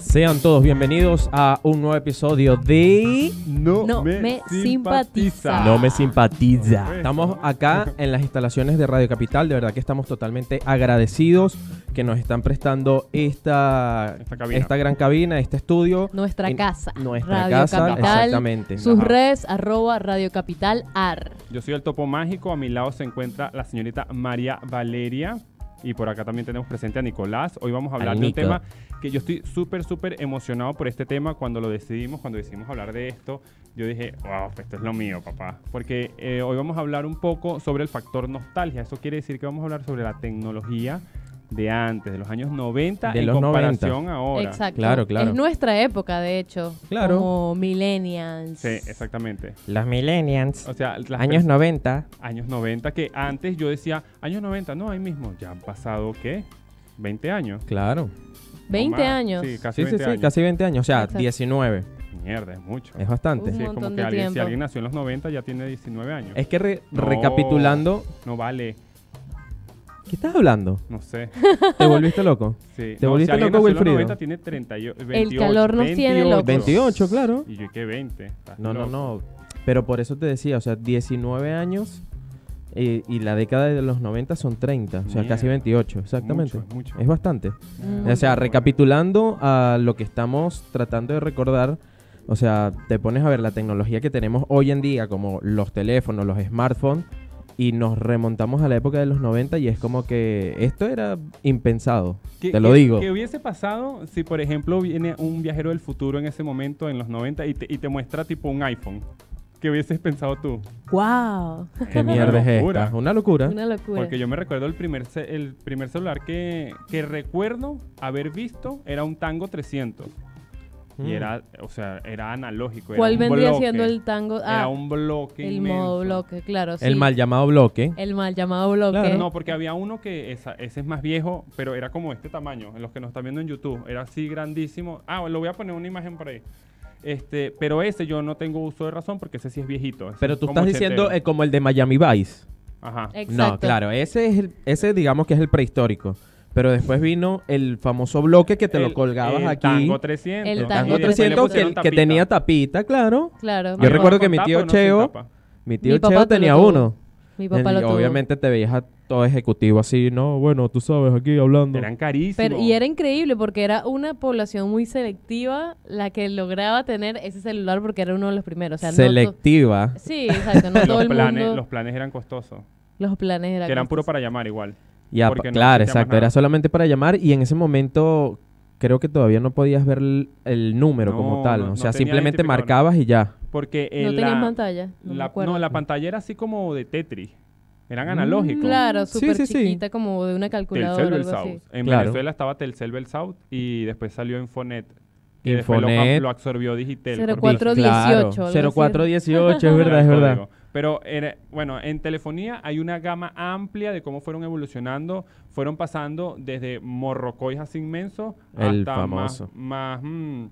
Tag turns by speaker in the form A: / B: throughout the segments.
A: Sean todos bienvenidos a un nuevo episodio de
B: No,
C: No me simpatiza.
A: No me simpatiza.
B: Correcto.
A: Estamos acá en las instalaciones de Radio Capital. De verdad que estamos totalmente agradecidos que nos están prestando esta,
B: Esta cabina.
A: gran cabina, este estudio.
C: Nuestra
A: En-
C: casa.
A: Nuestra
C: Radio
A: casa,
C: Capital,
A: exactamente.
C: Sus
A: Ajá.
C: redes, arroba Radio Capital AR.
B: Yo soy el topo mágico. A mi lado se encuentra la señorita María Valeria. Y por acá también tenemos presente a Nicolás. Hoy vamos a hablar
A: Al
B: de un
A: Nico.
B: tema que yo estoy súper, súper emocionado por este tema. Cuando lo decidimos, cuando decidimos hablar de esto, yo dije, wow, pues esto es lo mío, papá. Porque eh, hoy vamos a hablar un poco sobre el factor nostalgia. Eso quiere decir que vamos a hablar sobre la tecnología de antes, de los años 90,
A: De
B: en
A: los 90.
B: comparación ahora.
C: Exacto.
A: Claro, claro.
C: Es nuestra época, de hecho.
A: Claro.
C: Como millennials.
B: Sí, exactamente.
A: Las millennials.
B: O sea, las
A: años
B: pers-
A: 90.
B: años 90, que antes yo decía, años 90, no, ahí mismo, ya han pasado, ¿qué? 20 años.
A: Claro.
C: 20
B: Más.
C: años.
B: Sí, casi
A: Sí, sí,
B: 20
A: sí.
B: años.
A: Casi 20 años. O sea,
C: Exacto.
A: 19.
B: Mierda, es mucho.
A: Es bastante.
C: Un
B: Sí, es como
C: montón
B: que
C: de
B: alguien, si
C: tiempo.
B: alguien nació en los 90 ya tiene 19 años.
A: Es que re-
B: No.
A: recapitulando.
B: No vale,
A: ¿Qué estás hablando?
B: no sé.
A: ¿Te volviste loco?
B: Sí.
A: ¿Te
B: no,
A: volviste
B: si alguien
A: loco,
B: nació en los
A: Wilfrido?
B: 90 tiene 38, 28.
C: calor nos tiene locos.
A: 28, claro.
B: Y yo, ¿qué 20? Estás
A: No, no,
B: loco.
A: no. Pero por eso te decía, o sea, 19 años eh, y la década de los 90 son 30, o sea,
B: Mierda.
A: casi 28, exactamente.
B: Mucho, es mucho.
A: Es bastante.
C: Mm.
A: O sea,
B: Bueno.
A: recapitulando a lo que estamos tratando de recordar, o sea, te pones a ver la tecnología que tenemos hoy en día, como los teléfonos, los smartphones, y nos remontamos a la época de los 90 y es como que esto era impensado,
B: ¿Qué-
A: te lo
B: qué-
A: digo.
B: ¿Qué hubiese pasado si, por ejemplo, viene un viajero del futuro en ese momento, en los 90, y te, y te muestra tipo un iPhone? ¿Qué hubieses pensado tú?
C: ¡Wow!
A: ¿Qué
B: Una
A: mierda es
B: locura.
A: esta? Una locura.
C: Una locura.
B: Porque yo me recuerdo el primer, ce- el primer celular que, que recuerdo haber visto era un Tango 300.
A: Mm.
B: Y era, o sea, era analógico. era
C: ¿Cuál
B: un
C: vendría
B: bloque,
C: siendo el tango? Ah,
B: Era un bloque
C: el
B: inmenso.
C: modo bloque, claro. sí.
A: El mal llamado bloque.
C: El mal llamado bloque.
A: Claro,
B: No, porque había uno que esa- ese es más viejo, pero era como este tamaño, en los que nos están viendo en YouTube. Era así grandísimo. Ah, lo voy a poner una imagen por ahí. Este, pero ese yo no tengo uso de razón porque ese sí es viejito. ese
A: Pero
B: es
A: tú
B: como
A: estás diciendo eh,
B: ochentero.
A: como el de Miami Vice.
B: Ajá.
C: Exacto.
A: No, claro, ese es el- ese digamos que es el prehistórico. Pero después vino el famoso bloque que te
B: El-
A: lo colgabas
B: el
A: aquí.
B: Tango 300.
C: El
A: Tango
C: Tango
A: 300 que,
C: 300,
A: que tenía tapita, claro.
C: Claro.
A: Yo
C: Mi,
A: recuerdo que
B: con
A: mi
B: tapa
A: tío
B: o no sin
A: Cheo-
B: tapa?
A: Mi tío
C: Mi papá
A: Cheo
C: te lo
A: tenía
C: tuvo.
A: uno.
C: mi papá
A: Y
C: lo tuvo.
A: obviamente te veías a todo ejecutivo así, no, bueno, tú sabes, aquí hablando.
B: Eran carísimos.
C: Pero, y era increíble porque era una población muy selectiva la que lograba tener ese celular porque era uno de los primeros. O sea, no to-
A: Selectiva.
C: sí, exacto. No
B: Y
C: todo
B: los
C: el
B: planes,
C: mundo.
B: los planes eran costosos.
C: Los planes eran.
B: que eran puro
C: cosas.
B: para llamar igual.
A: Ya,
B: Porque no
A: claro,
B: existía más
A: exacto. Era
B: nada.
A: solamente para llamar y en ese momento creo que todavía no podías ver el, el número como
B: No,
A: tal.
B: no-
A: o
B: no
A: sea,
B: tenía
A: simplemente
B: identificador.
A: marcabas y ya.
B: Porque eh,
C: No
B: la,
C: tenían pantalla. No, me
B: la-
C: acuerdo.
B: no, la pantalla era así como de Tetris. Eran
A: Mm,
B: analógicos.
C: Claro,
A: Sí,
C: súper
A: sí, sí.
C: chiquita, como de una
B: Telcel
C: calculadora. o algo así.
B: Belsouth. En
A: Claro.
B: Venezuela estaba Telcel Belsouth y después salió Infonet. Y después lo,
A: Infonet.
B: lo absorbió Digitel.
C: Cero
B: Corporación.
C: cuatro 0418,
A: Claro,
C: algo así.
A: 0418, es verdad,
B: Era
A: es
B: el
A: verdad.
B: código. Pero era- bueno, en telefonía hay una gama amplia de cómo fueron evolucionando. Fueron pasando desde morrocois así inmensos
A: El
B: hasta más,
A: famoso.
B: más, mm,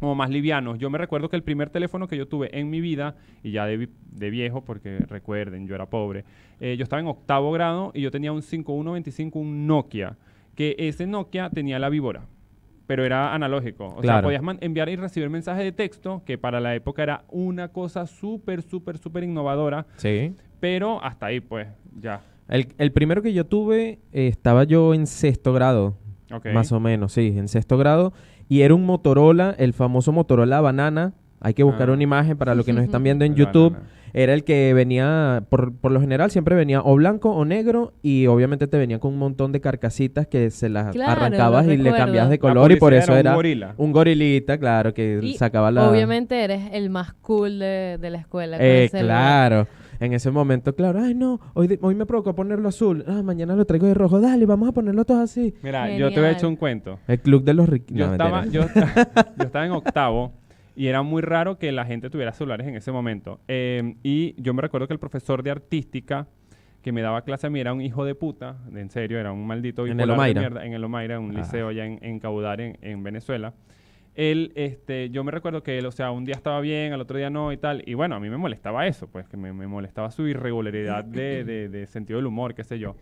B: como más livianos. Yo me recuerdo que el primer teléfono que yo tuve en mi vida, y ya de, vi- de viejo, porque recuerden, yo era pobre, eh, yo estaba en octavo grado y yo tenía un 5125, un Nokia, que ese Nokia tenía la víbora. Pero era analógico. O sea,
A: Claro.
B: podías man- enviar y recibir mensajes de texto, que para la época era una cosa súper, súper, súper innovadora.
A: Sí.
B: Pero hasta ahí, pues, ya.
A: El, el primero que yo tuve, eh, estaba yo en sexto grado,
B: Ok.
A: más o menos, sí, en sexto grado. Y era un Motorola, el famoso Motorola Banana. Hay que buscar
B: Ah.
A: una imagen para los que nos están viendo en
B: El
A: YouTube.
B: banana.
A: Era el que venía, por, por lo general siempre venía o blanco o negro y obviamente te venía con un montón de carcasitas que se las
C: Claro,
A: arrancabas
C: lo
A: y le
C: recuerdo.
A: cambiabas de
B: La
A: color y por
B: policía
A: eso era
B: un gorila.
A: un gorilita, claro, que
C: Y
A: sacaba la...
C: Obviamente eres el más cool de, de la escuela. con
A: Eh,
C: el celular.
A: claro. En ese momento, claro, ay no, hoy, de- hoy me provocó ponerlo azul, ah, mañana lo traigo de rojo, dale, vamos a ponerlo todos así.
B: Mira, yo te voy a
C: Genial.
B: echar un cuento.
A: El club de los riquitos.
B: Yo, estaba, yo, yo estaba en octavo y era muy raro que la gente tuviera celulares en ese momento. Eh, y yo me recuerdo que el profesor de artística que me daba clase a mí era un hijo de puta, de en serio, era un maldito
A: En el
B: bipolar de
A: Omaira.
B: mierda, en el Omaira, un
A: Ah.
B: liceo allá en, en Caudar, en, en Venezuela. Él, este, yo me recuerdo que él, o sea, un día estaba bien, al otro día no y tal. Y bueno, a mí me molestaba eso, pues, que me, me molestaba su irregularidad de, de- de sentido del humor, qué sé yo.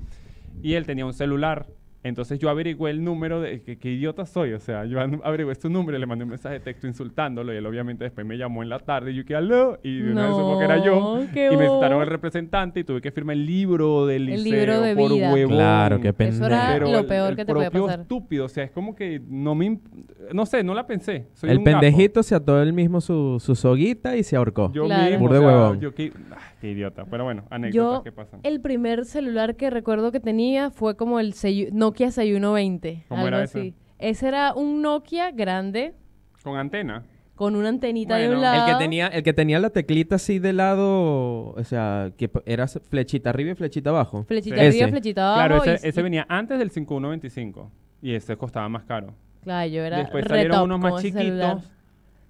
B: Y él tenía un celular Entonces yo averigüé el número de... ¿Qué, qué idiota soy? O sea, yo an- averigüé su número y le mandé un mensaje de texto insultándolo y él obviamente después me llamó en la tarde y yo que aló y de una vez supo que era yo.
C: No, qué
B: Y me citaron
C: bobo.
B: el representante y tuve que firmar el libro del
C: El
B: liceo
C: libro de
B: por
C: vida.
B: huevón.
A: Claro, qué
C: Eso
A: pendejo.
C: era lo
B: el-
C: peor
B: el
C: que te puede
B: propio
C: pasar.
B: estúpido, o sea, es como que no me... imp- No sé, no la pensé. Soy
A: El
B: un gapo.
A: pendejito se ató él mismo su, su soguita y se ahorcó.
B: Yo
C: Claro.
B: mismo,
A: Burda
B: o sea,
A: huevón.
B: yo qué, ah, qué idiota. Pero bueno, anécdotas
C: Yo-
B: que pasan.
C: El primer celular que recuerdo que tenía fue como el seyu- Nokia 6120.
B: ¿Cómo
C: algo
B: era ese?
C: así. Ese era un Nokia grande
B: Con antena.
C: con una antenita de un
B: Bueno,
A: El
C: lado.
A: que, tenía, el que tenía la teclita así de lado, o sea, que p- era s- flechita arriba y flechita abajo.
C: Flechita
A: Sí.
C: arriba,
A: Ese.
C: flechita abajo.
B: Claro,
C: Oh, y-
B: ese, ese
C: y-
B: venía antes del 5125 y ese costaba más caro.
C: Claro, yo era
B: Después
C: re
B: salieron
C: top
B: unos
C: con
B: más
C: ese celular.
B: chiquitos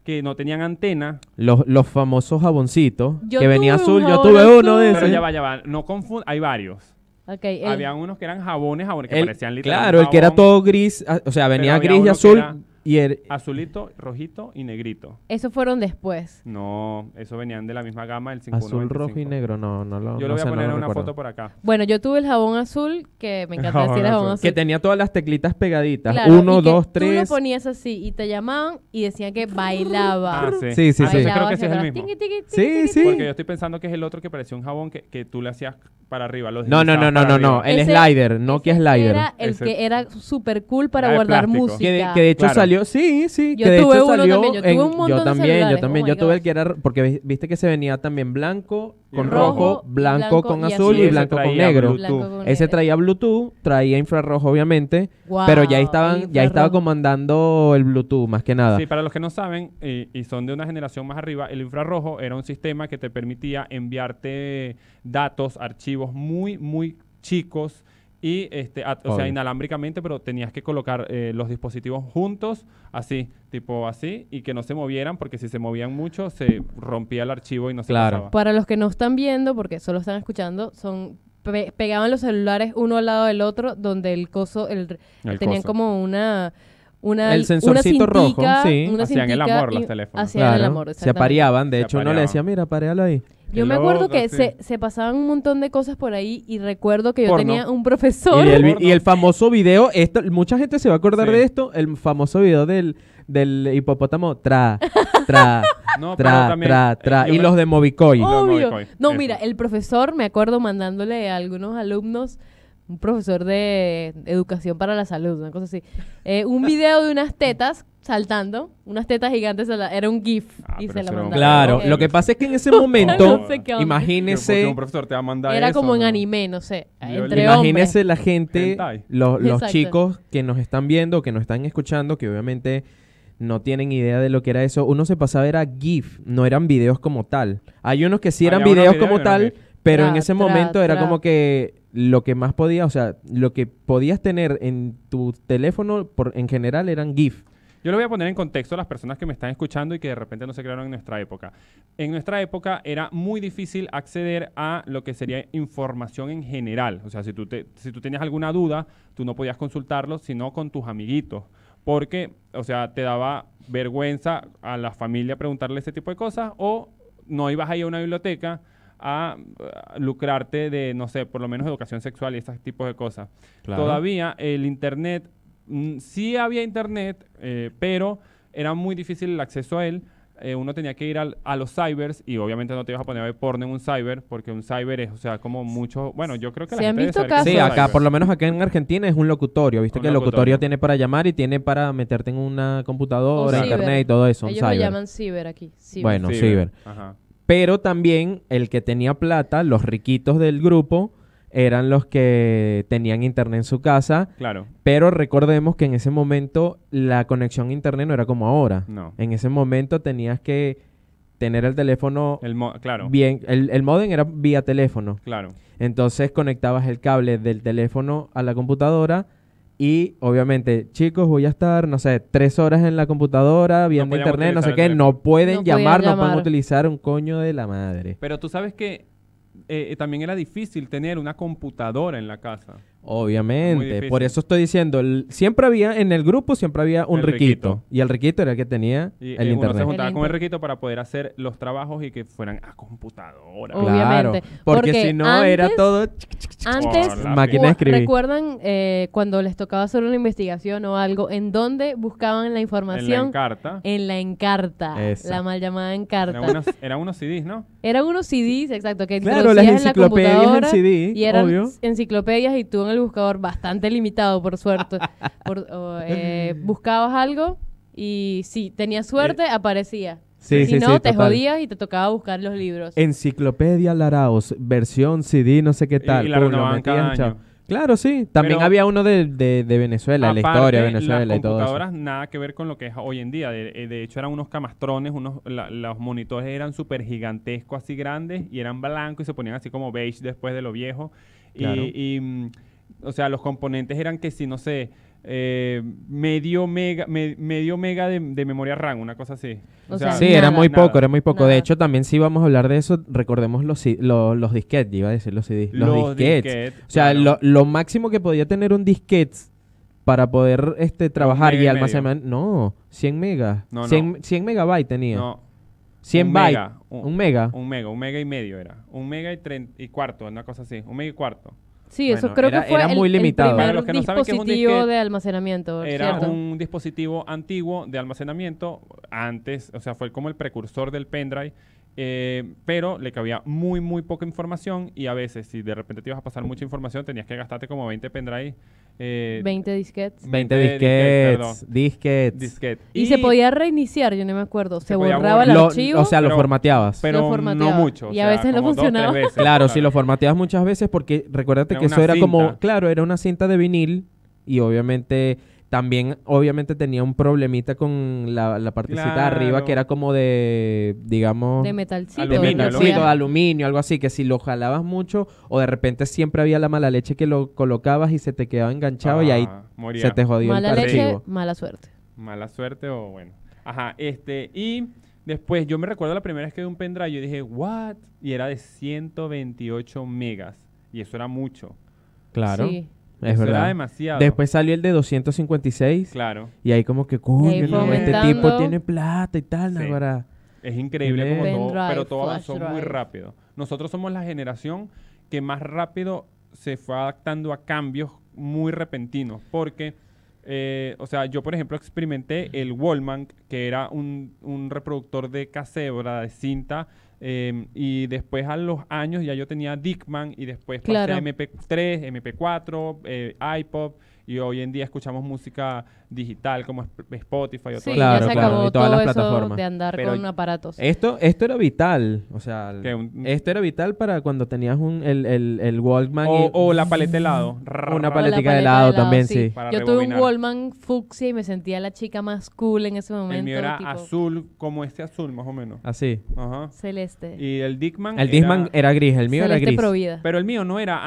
B: que no tenían antena.
A: Los, los famosos jaboncitos.
C: Yo
A: que venía
C: tuve un
A: azul, yo
C: jabón
A: tuve uno de
C: azul.
B: Pero
A: esos.
B: ya va, ya va. No confund... Hay varios.
C: Ok, el-
B: Habían unos que eran jabones, jabones que
A: El-
B: parecían literalmente
A: claro, el que era
B: jabón,
A: todo gris, a- o sea, venía
B: había
A: gris y
B: uno que
A: azul.
B: era-
A: Y er, el-
B: Azulito, rojito y negrito.
C: esos fueron después.
B: No, eso venían de la misma gama del 5125.
A: azul, rojo y negro, no, no lo
B: Yo
A: no
B: lo voy
A: sé,
B: a
A: no
B: poner
A: lo
B: en una
A: recuerdo.
B: foto por acá.
C: Bueno, yo tuve el jabón azul, que me encanta decir el
B: Jabón
C: jabón
B: azul.
C: azul.
A: Que tenía todas las teclitas pegaditas.
C: Claro,
A: uno,
C: y que
A: dos,
C: Tú lo
A: tres.
C: ponías así y te llamaban y decían que
B: Ah,
C: bailaba.
B: sí.
A: Sí, sí,
B: Ah,
A: sí.
B: entonces creo
C: Bailaba
B: que sí
C: hacia
B: es el
C: atrás,
B: mismo.
C: tiqui, tiqui, tiqui,
A: Sí,
C: tiqui.
A: sí.
B: Porque yo estoy pensando que es el otro que parecía un jabón que, que tú le hacías para arriba. Lo
A: No, no, no,
B: deslizabas
A: no, no,
B: para
A: no.
B: arriba.
A: El
C: Ese-
A: slider, Nokia Slider.
C: Era el
B: Ese-
C: que era súper cool para
B: Era de
C: guardar
B: plástico.
C: música.
A: Que de, que de hecho
B: Claro.
A: salió, sí, sí,
C: Yo
A: que de
C: tuve
A: hecho
C: uno
A: salió
C: también, yo tuve un montón de
A: yo también, yo
C: celulares,
A: también,
C: oh
A: yo
C: my
A: tuve
C: gosh.
A: el que era porque vi- viste que se venía también blanco
B: Y
A: con
B: rojo,
A: rojo, blanco,
C: blanco
A: con
C: y
A: azul
C: azul.
A: y
C: Ese
A: blanco con
B: traía
A: negro.
B: Bluetooth.
C: Blanco con
A: Ese
C: negro.
A: traía Bluetooth, traía infrarrojo obviamente,
C: Guau,
A: pero ya ahí estaban,
C: el
A: ya ahí estaba
C: infrarrojo.
A: comandando el Bluetooth más que nada.
B: Sí, para los que no saben eh, y son de una generación más arriba, el infrarrojo era un sistema que te permitía enviarte datos, archivos muy, muy chicos y, este, a- o sea,
A: Obvio.
B: inalámbricamente, pero tenías que colocar eh, los dispositivos juntos, así, tipo así, y que no se movieran, porque si se movían mucho, se rompía el archivo y no se
A: Claro. Pues,
B: pasaba.
C: Para los que no están viendo, porque solo están escuchando, son pe- pegaban los celulares uno al lado del otro, donde el coso, el,
B: El
C: tenían
B: coso.
C: como una una
A: El sensorcito
C: una
A: rojo,
C: cintica-
A: sí.
C: una
B: Hacían el
C: cintica
B: amor los
C: y-
B: teléfonos.
C: Hacían el
A: Claro,
C: amor,
A: se
C: exactamente.
A: apareaban, de
B: Se
A: hecho uno le
B: apareaban.
A: decía, mira, parealo ahí.
C: Yo me
B: Loca,
C: acuerdo que
B: sí.
C: se, se pasaban un montón de cosas por ahí y recuerdo que yo
B: Porno.
C: tenía un
A: Y
C: profesor.
A: el, vi-
B: Porno.
A: y el famoso video, esto, mucha gente se va a acordar
B: Sí.
A: de esto, el famoso video del, del hipopótamo, tra, tra,
B: No, pero
A: tra,
B: también,
A: tra,
B: eh,
A: tra,
B: yo
A: y
B: me-
A: los de Movicoy.
B: Oh.
C: Obvio.
B: Movicoy,
C: No,
B: eso.
C: mira, el profesor, me acuerdo mandándole a algunos alumnos, un profesor de educación para la salud, una cosa así, eh, un video de unas tetas saltando, unas tetas gigantes, se la- era un GIF
B: Ah,
C: y
B: pero
C: se la
B: eso era un-
C: mandaban.
A: Claro,
C: Eh,
A: lo que pasa es que en ese
C: no
A: momento,
C: sé qué onda.
B: Porque
A: imagínese,
B: un profesor te va a mandar
C: Era
B: eso,
C: como en
B: ¿no?
C: anime, no sé,
B: Yo-
C: entre hombres.
A: imagínese la gente,
B: Hentai.
A: los, los
C: Exacto.
A: chicos que nos están viendo, que nos están escuchando, que obviamente no tienen idea de lo que era eso. Uno se pasaba era GIF, no eran videos como tal. Hay unos que sí eran
B: Había unos
A: videos
B: videos y
A: como
B: unos
A: tal,
B: GIF.
A: pero
C: Tra,
A: en ese
C: tra,
A: momento era
C: tra.
A: como que lo que más podía, o sea, lo que podías tener en tu teléfono por, en general eran GIF.
B: Yo lo voy a poner en contexto a las personas que me están escuchando y que de repente no se crearon en nuestra época. En nuestra época era muy difícil acceder a lo que sería información en general. O sea, si tú, te- si tú tenías alguna duda, tú no podías consultarlo, sino con tus amiguitos. Porque, o sea, te daba vergüenza a la familia preguntarle ese tipo de cosas o no ibas ahí a una biblioteca a eh, lucrarte de, no sé, por lo menos educación sexual y ese tipo de cosas.
A: Claro.
B: Todavía el Internet, mm, sí había Internet, eh, pero era muy difícil el acceso a él. Eh, uno tenía que ir al- a los cybers y obviamente no te ibas a poner a ver porno en un cyber porque un cyber es, o sea, como mucho... Bueno, yo creo que la
C: ¿Se han
B: gente debe
C: visto
B: saber qué es
C: casos?
A: Sí,
B: un
C: Eso
A: acá,
B: cyber.
A: por lo menos acá en Argentina es un locutorio. Viste
B: Un
A: que el locutorio,
B: locutorio.
A: tiene para llamar y tiene para meterte en una computadora,
C: O
A: internet
C: ciber.
A: y todo eso. un
C: Ellos lo
A: cyber.
C: llaman ciber aquí. ciber.
A: Bueno. no, ciber.
B: Ajá.
A: Pero también el que tenía plata, los riquitos del grupo, eran los que tenían internet en su casa.
B: Claro.
A: Pero recordemos que en ese momento la conexión a internet no era como ahora.
B: No.
A: En ese momento tenías que tener el teléfono
B: El mo- claro.
A: bien. El, el modem era vía teléfono.
B: Claro.
A: Entonces conectabas el cable del teléfono a la computadora y obviamente, chicos, voy a estar, no sé, tres horas en la computadora viendo
B: podían
A: internet, no sé
B: utilizar el
A: qué, no pueden
C: No podían
A: llamar, no pueden
C: llamar.
A: utilizar un coño de la madre.
B: Pero tú sabes que eh, eh, también era difícil tener una computadora en la casa. Muy
A: Obviamente,
B: difícil.
A: por eso estoy diciendo, el- siempre había, en el grupo siempre había un
B: El
A: riquito,
B: riquito.
A: Y el riquito era el que tenía el
B: Y eh, uno se
A: internet.
B: juntaba
C: El
B: con el
C: inter-
B: riquito para poder hacer los trabajos y que fueran a computadora.
C: Obviamente,
A: Claro, porque,
C: porque
A: si no
C: antes-
A: era todo...
C: Antes,
B: Hola,
A: Máquina de
C: o-
A: escribir.
C: ¿recuerdan eh, cuando les tocaba hacer una investigación o algo? ¿En dónde buscaban la
B: En la
C: información?
B: encarta.
C: En la encarta,
A: Esa.
C: la mal llamada
B: Era
C: encarta.
B: unos, era unos CDs, ¿no?
C: Eran unos CDs, exacto, que
A: Claro,
C: introducías
A: las
C: en la
A: enciclopedias en
C: computadora
A: CD,
C: y eran
A: obvio.
C: enciclopedias y tú en el buscador bastante limitado, por suerte. Por- o, eh, buscabas algo y si tenías suerte, aparecía.
A: Eh, Sí, sí,
C: si no,
A: sí,
C: te
A: total.
C: jodías y te tocaba buscar los libros.
A: Enciclopedia Laraos, versión CD, no sé qué tal.
B: Y la
A: Pum, lo
B: renovaban cada
A: metían,
B: año.
A: chao. Claro, sí. También
B: Pero-
A: había uno de, de- de Venezuela, la historia de
B: Aparte,
A: Venezuela
B: las
A: y todo eso.
B: computadoras nada que ver con lo que es hoy en día. De, eh, de hecho, eran unos camastrones, unos, la- los monitores eran súper gigantescos, así grandes, y eran blancos y se ponían así como beige después de lo viejo. Y-
A: Claro.
B: Y, mm, o sea, los componentes eran que si, no sé, eh, medio mega, me- medio mega de, de memoria RAM, una cosa así.
C: O sea,
A: Sí,
C: nada,
A: era muy
B: nada.
A: poco, era muy poco.
C: nada.
A: De hecho, también si vamos a hablar de eso, recordemos los, ci- lo- los disquetes, iba a decir los CDs. Los, disquetes.
B: disquetes,
A: O sea,
B: claro.
A: lo, lo máximo que podía tener un disquete para poder este, trabajar
B: mega
A: y
B: y
A: almacenar... No, 100 megas.
B: No, no.
A: 100, 100 megabytes tenía.
B: No,
A: 100
B: un
A: bytes.
B: mega,
A: un,
B: un-
A: mega.
B: un mega, un mega y medio era. Un mega y, tren- y cuarto, una cosa así. Un mega y cuarto.
C: Sí, eso
A: Bueno,
C: creo
A: era-
C: que fue
A: era
C: el-
A: muy
C: el,
A: limitado.
C: primer
B: Para los que no saben qué es un
C: dispositivo
B: disquete,
C: de almacenamiento,
B: Era
C: ¿cierto?
B: un dispositivo antiguo de almacenamiento, antes, o sea, fue como el precursor del pendrive, eh, pero le cabía muy, muy poca información y a veces, si de repente te ibas a pasar mucha información, tenías que gastarte como 20 pendrive. eh,
C: 20 disquetes.
A: 20
B: de disquete, perdón,
A: disquetes. Disquetes.
B: disquete.
C: Y, se podía reiniciar, yo no me acuerdo. Se,
B: Se podía
C: borraba el
B: borrar.
A: Lo-
C: archivo.
A: o sea, lo
B: Pero-
A: formateabas.
C: lo
B: Pero no
C: formateaba.
B: mucho. o
C: Y a
B: sea,
C: veces no
B: como dos, tres
C: funcionaba.
B: veces,
A: Claro, sí, lo formateabas muchas veces porque recuérdate
B: Era
A: que
B: una
A: eso era como,
B: cinta.
A: claro, era una cinta de vinil y obviamente también obviamente tenía un problemita con la, la partecita de arriba
B: Claro.
A: que era como de, digamos,
C: de metalcito.
A: de
B: Aluminio,
A: metalcito,
B: aluminio.
A: de aluminio, algo así, que si lo jalabas mucho o de repente siempre había la mala leche que lo colocabas y se te quedaba enganchado y ahí
B: Ah, moría.
A: se te jodió
C: Mala
A: el
C: leche,
A: archivo.
C: mala suerte.
B: Mala suerte o bueno. Ajá, este, y después yo me recuerdo la primera vez que vi un pendrive, yo dije, ¿what? Y era de 128 megas. Y eso era mucho.
A: Claro,
C: Sí.
A: es
B: eso era
A: verdad.
B: demasiado.
A: Después salió el de 256
B: Claro.
A: y ahí como que,
C: ahí
A: coño,
B: fue
A: no, este
C: aumentando.
A: tipo tiene plata y tal,
B: Sí.
A: naguará".
B: Es increíble
A: Bien.
B: como todo,
C: Pendrive,
B: pero todo avanzó
C: flash
B: muy
C: drive.
B: rápido. Nosotros somos la generación que más rápido se fue adaptando a cambios muy repentinos, porque, eh, o sea, yo por ejemplo experimenté el Wallman, que era un, un reproductor de casebra, de cinta, eh, y después a los años ya yo tenía Dickman, y después pasé
C: Claro.
B: a MP3, MP4, eh, iPod, y hoy en día escuchamos música digital como Sp- Spotify o
C: Sí,
B: todo
A: Claro,
C: ya se
A: claro,
C: acabó
A: y todas
C: todo
A: las
C: eso
A: plataformas.
C: de andar
B: Pero-
C: con aparatos.
A: Esto, esto era vital, o sea,
B: Que un-
A: esto era vital para cuando tenías un, el, el, el Walkman
B: O,
A: y
B: o la paleta de helado.
A: una
C: O la
A: paleta de
C: paleta
A: helado también, sí.
B: Para
C: Yo tuve un
B: rebobinar.
C: Wallman fucsia y me sentía la chica más cool en ese momento.
B: El mío era
C: tipo,
B: azul, como este azul, más o menos.
A: así.
B: Ajá.
C: Celeste.
B: Y el Dickman.
A: Ah. El Disman era gris, el mío era
C: Celeste
A: gris.
C: Provida.
B: Pero el mío no era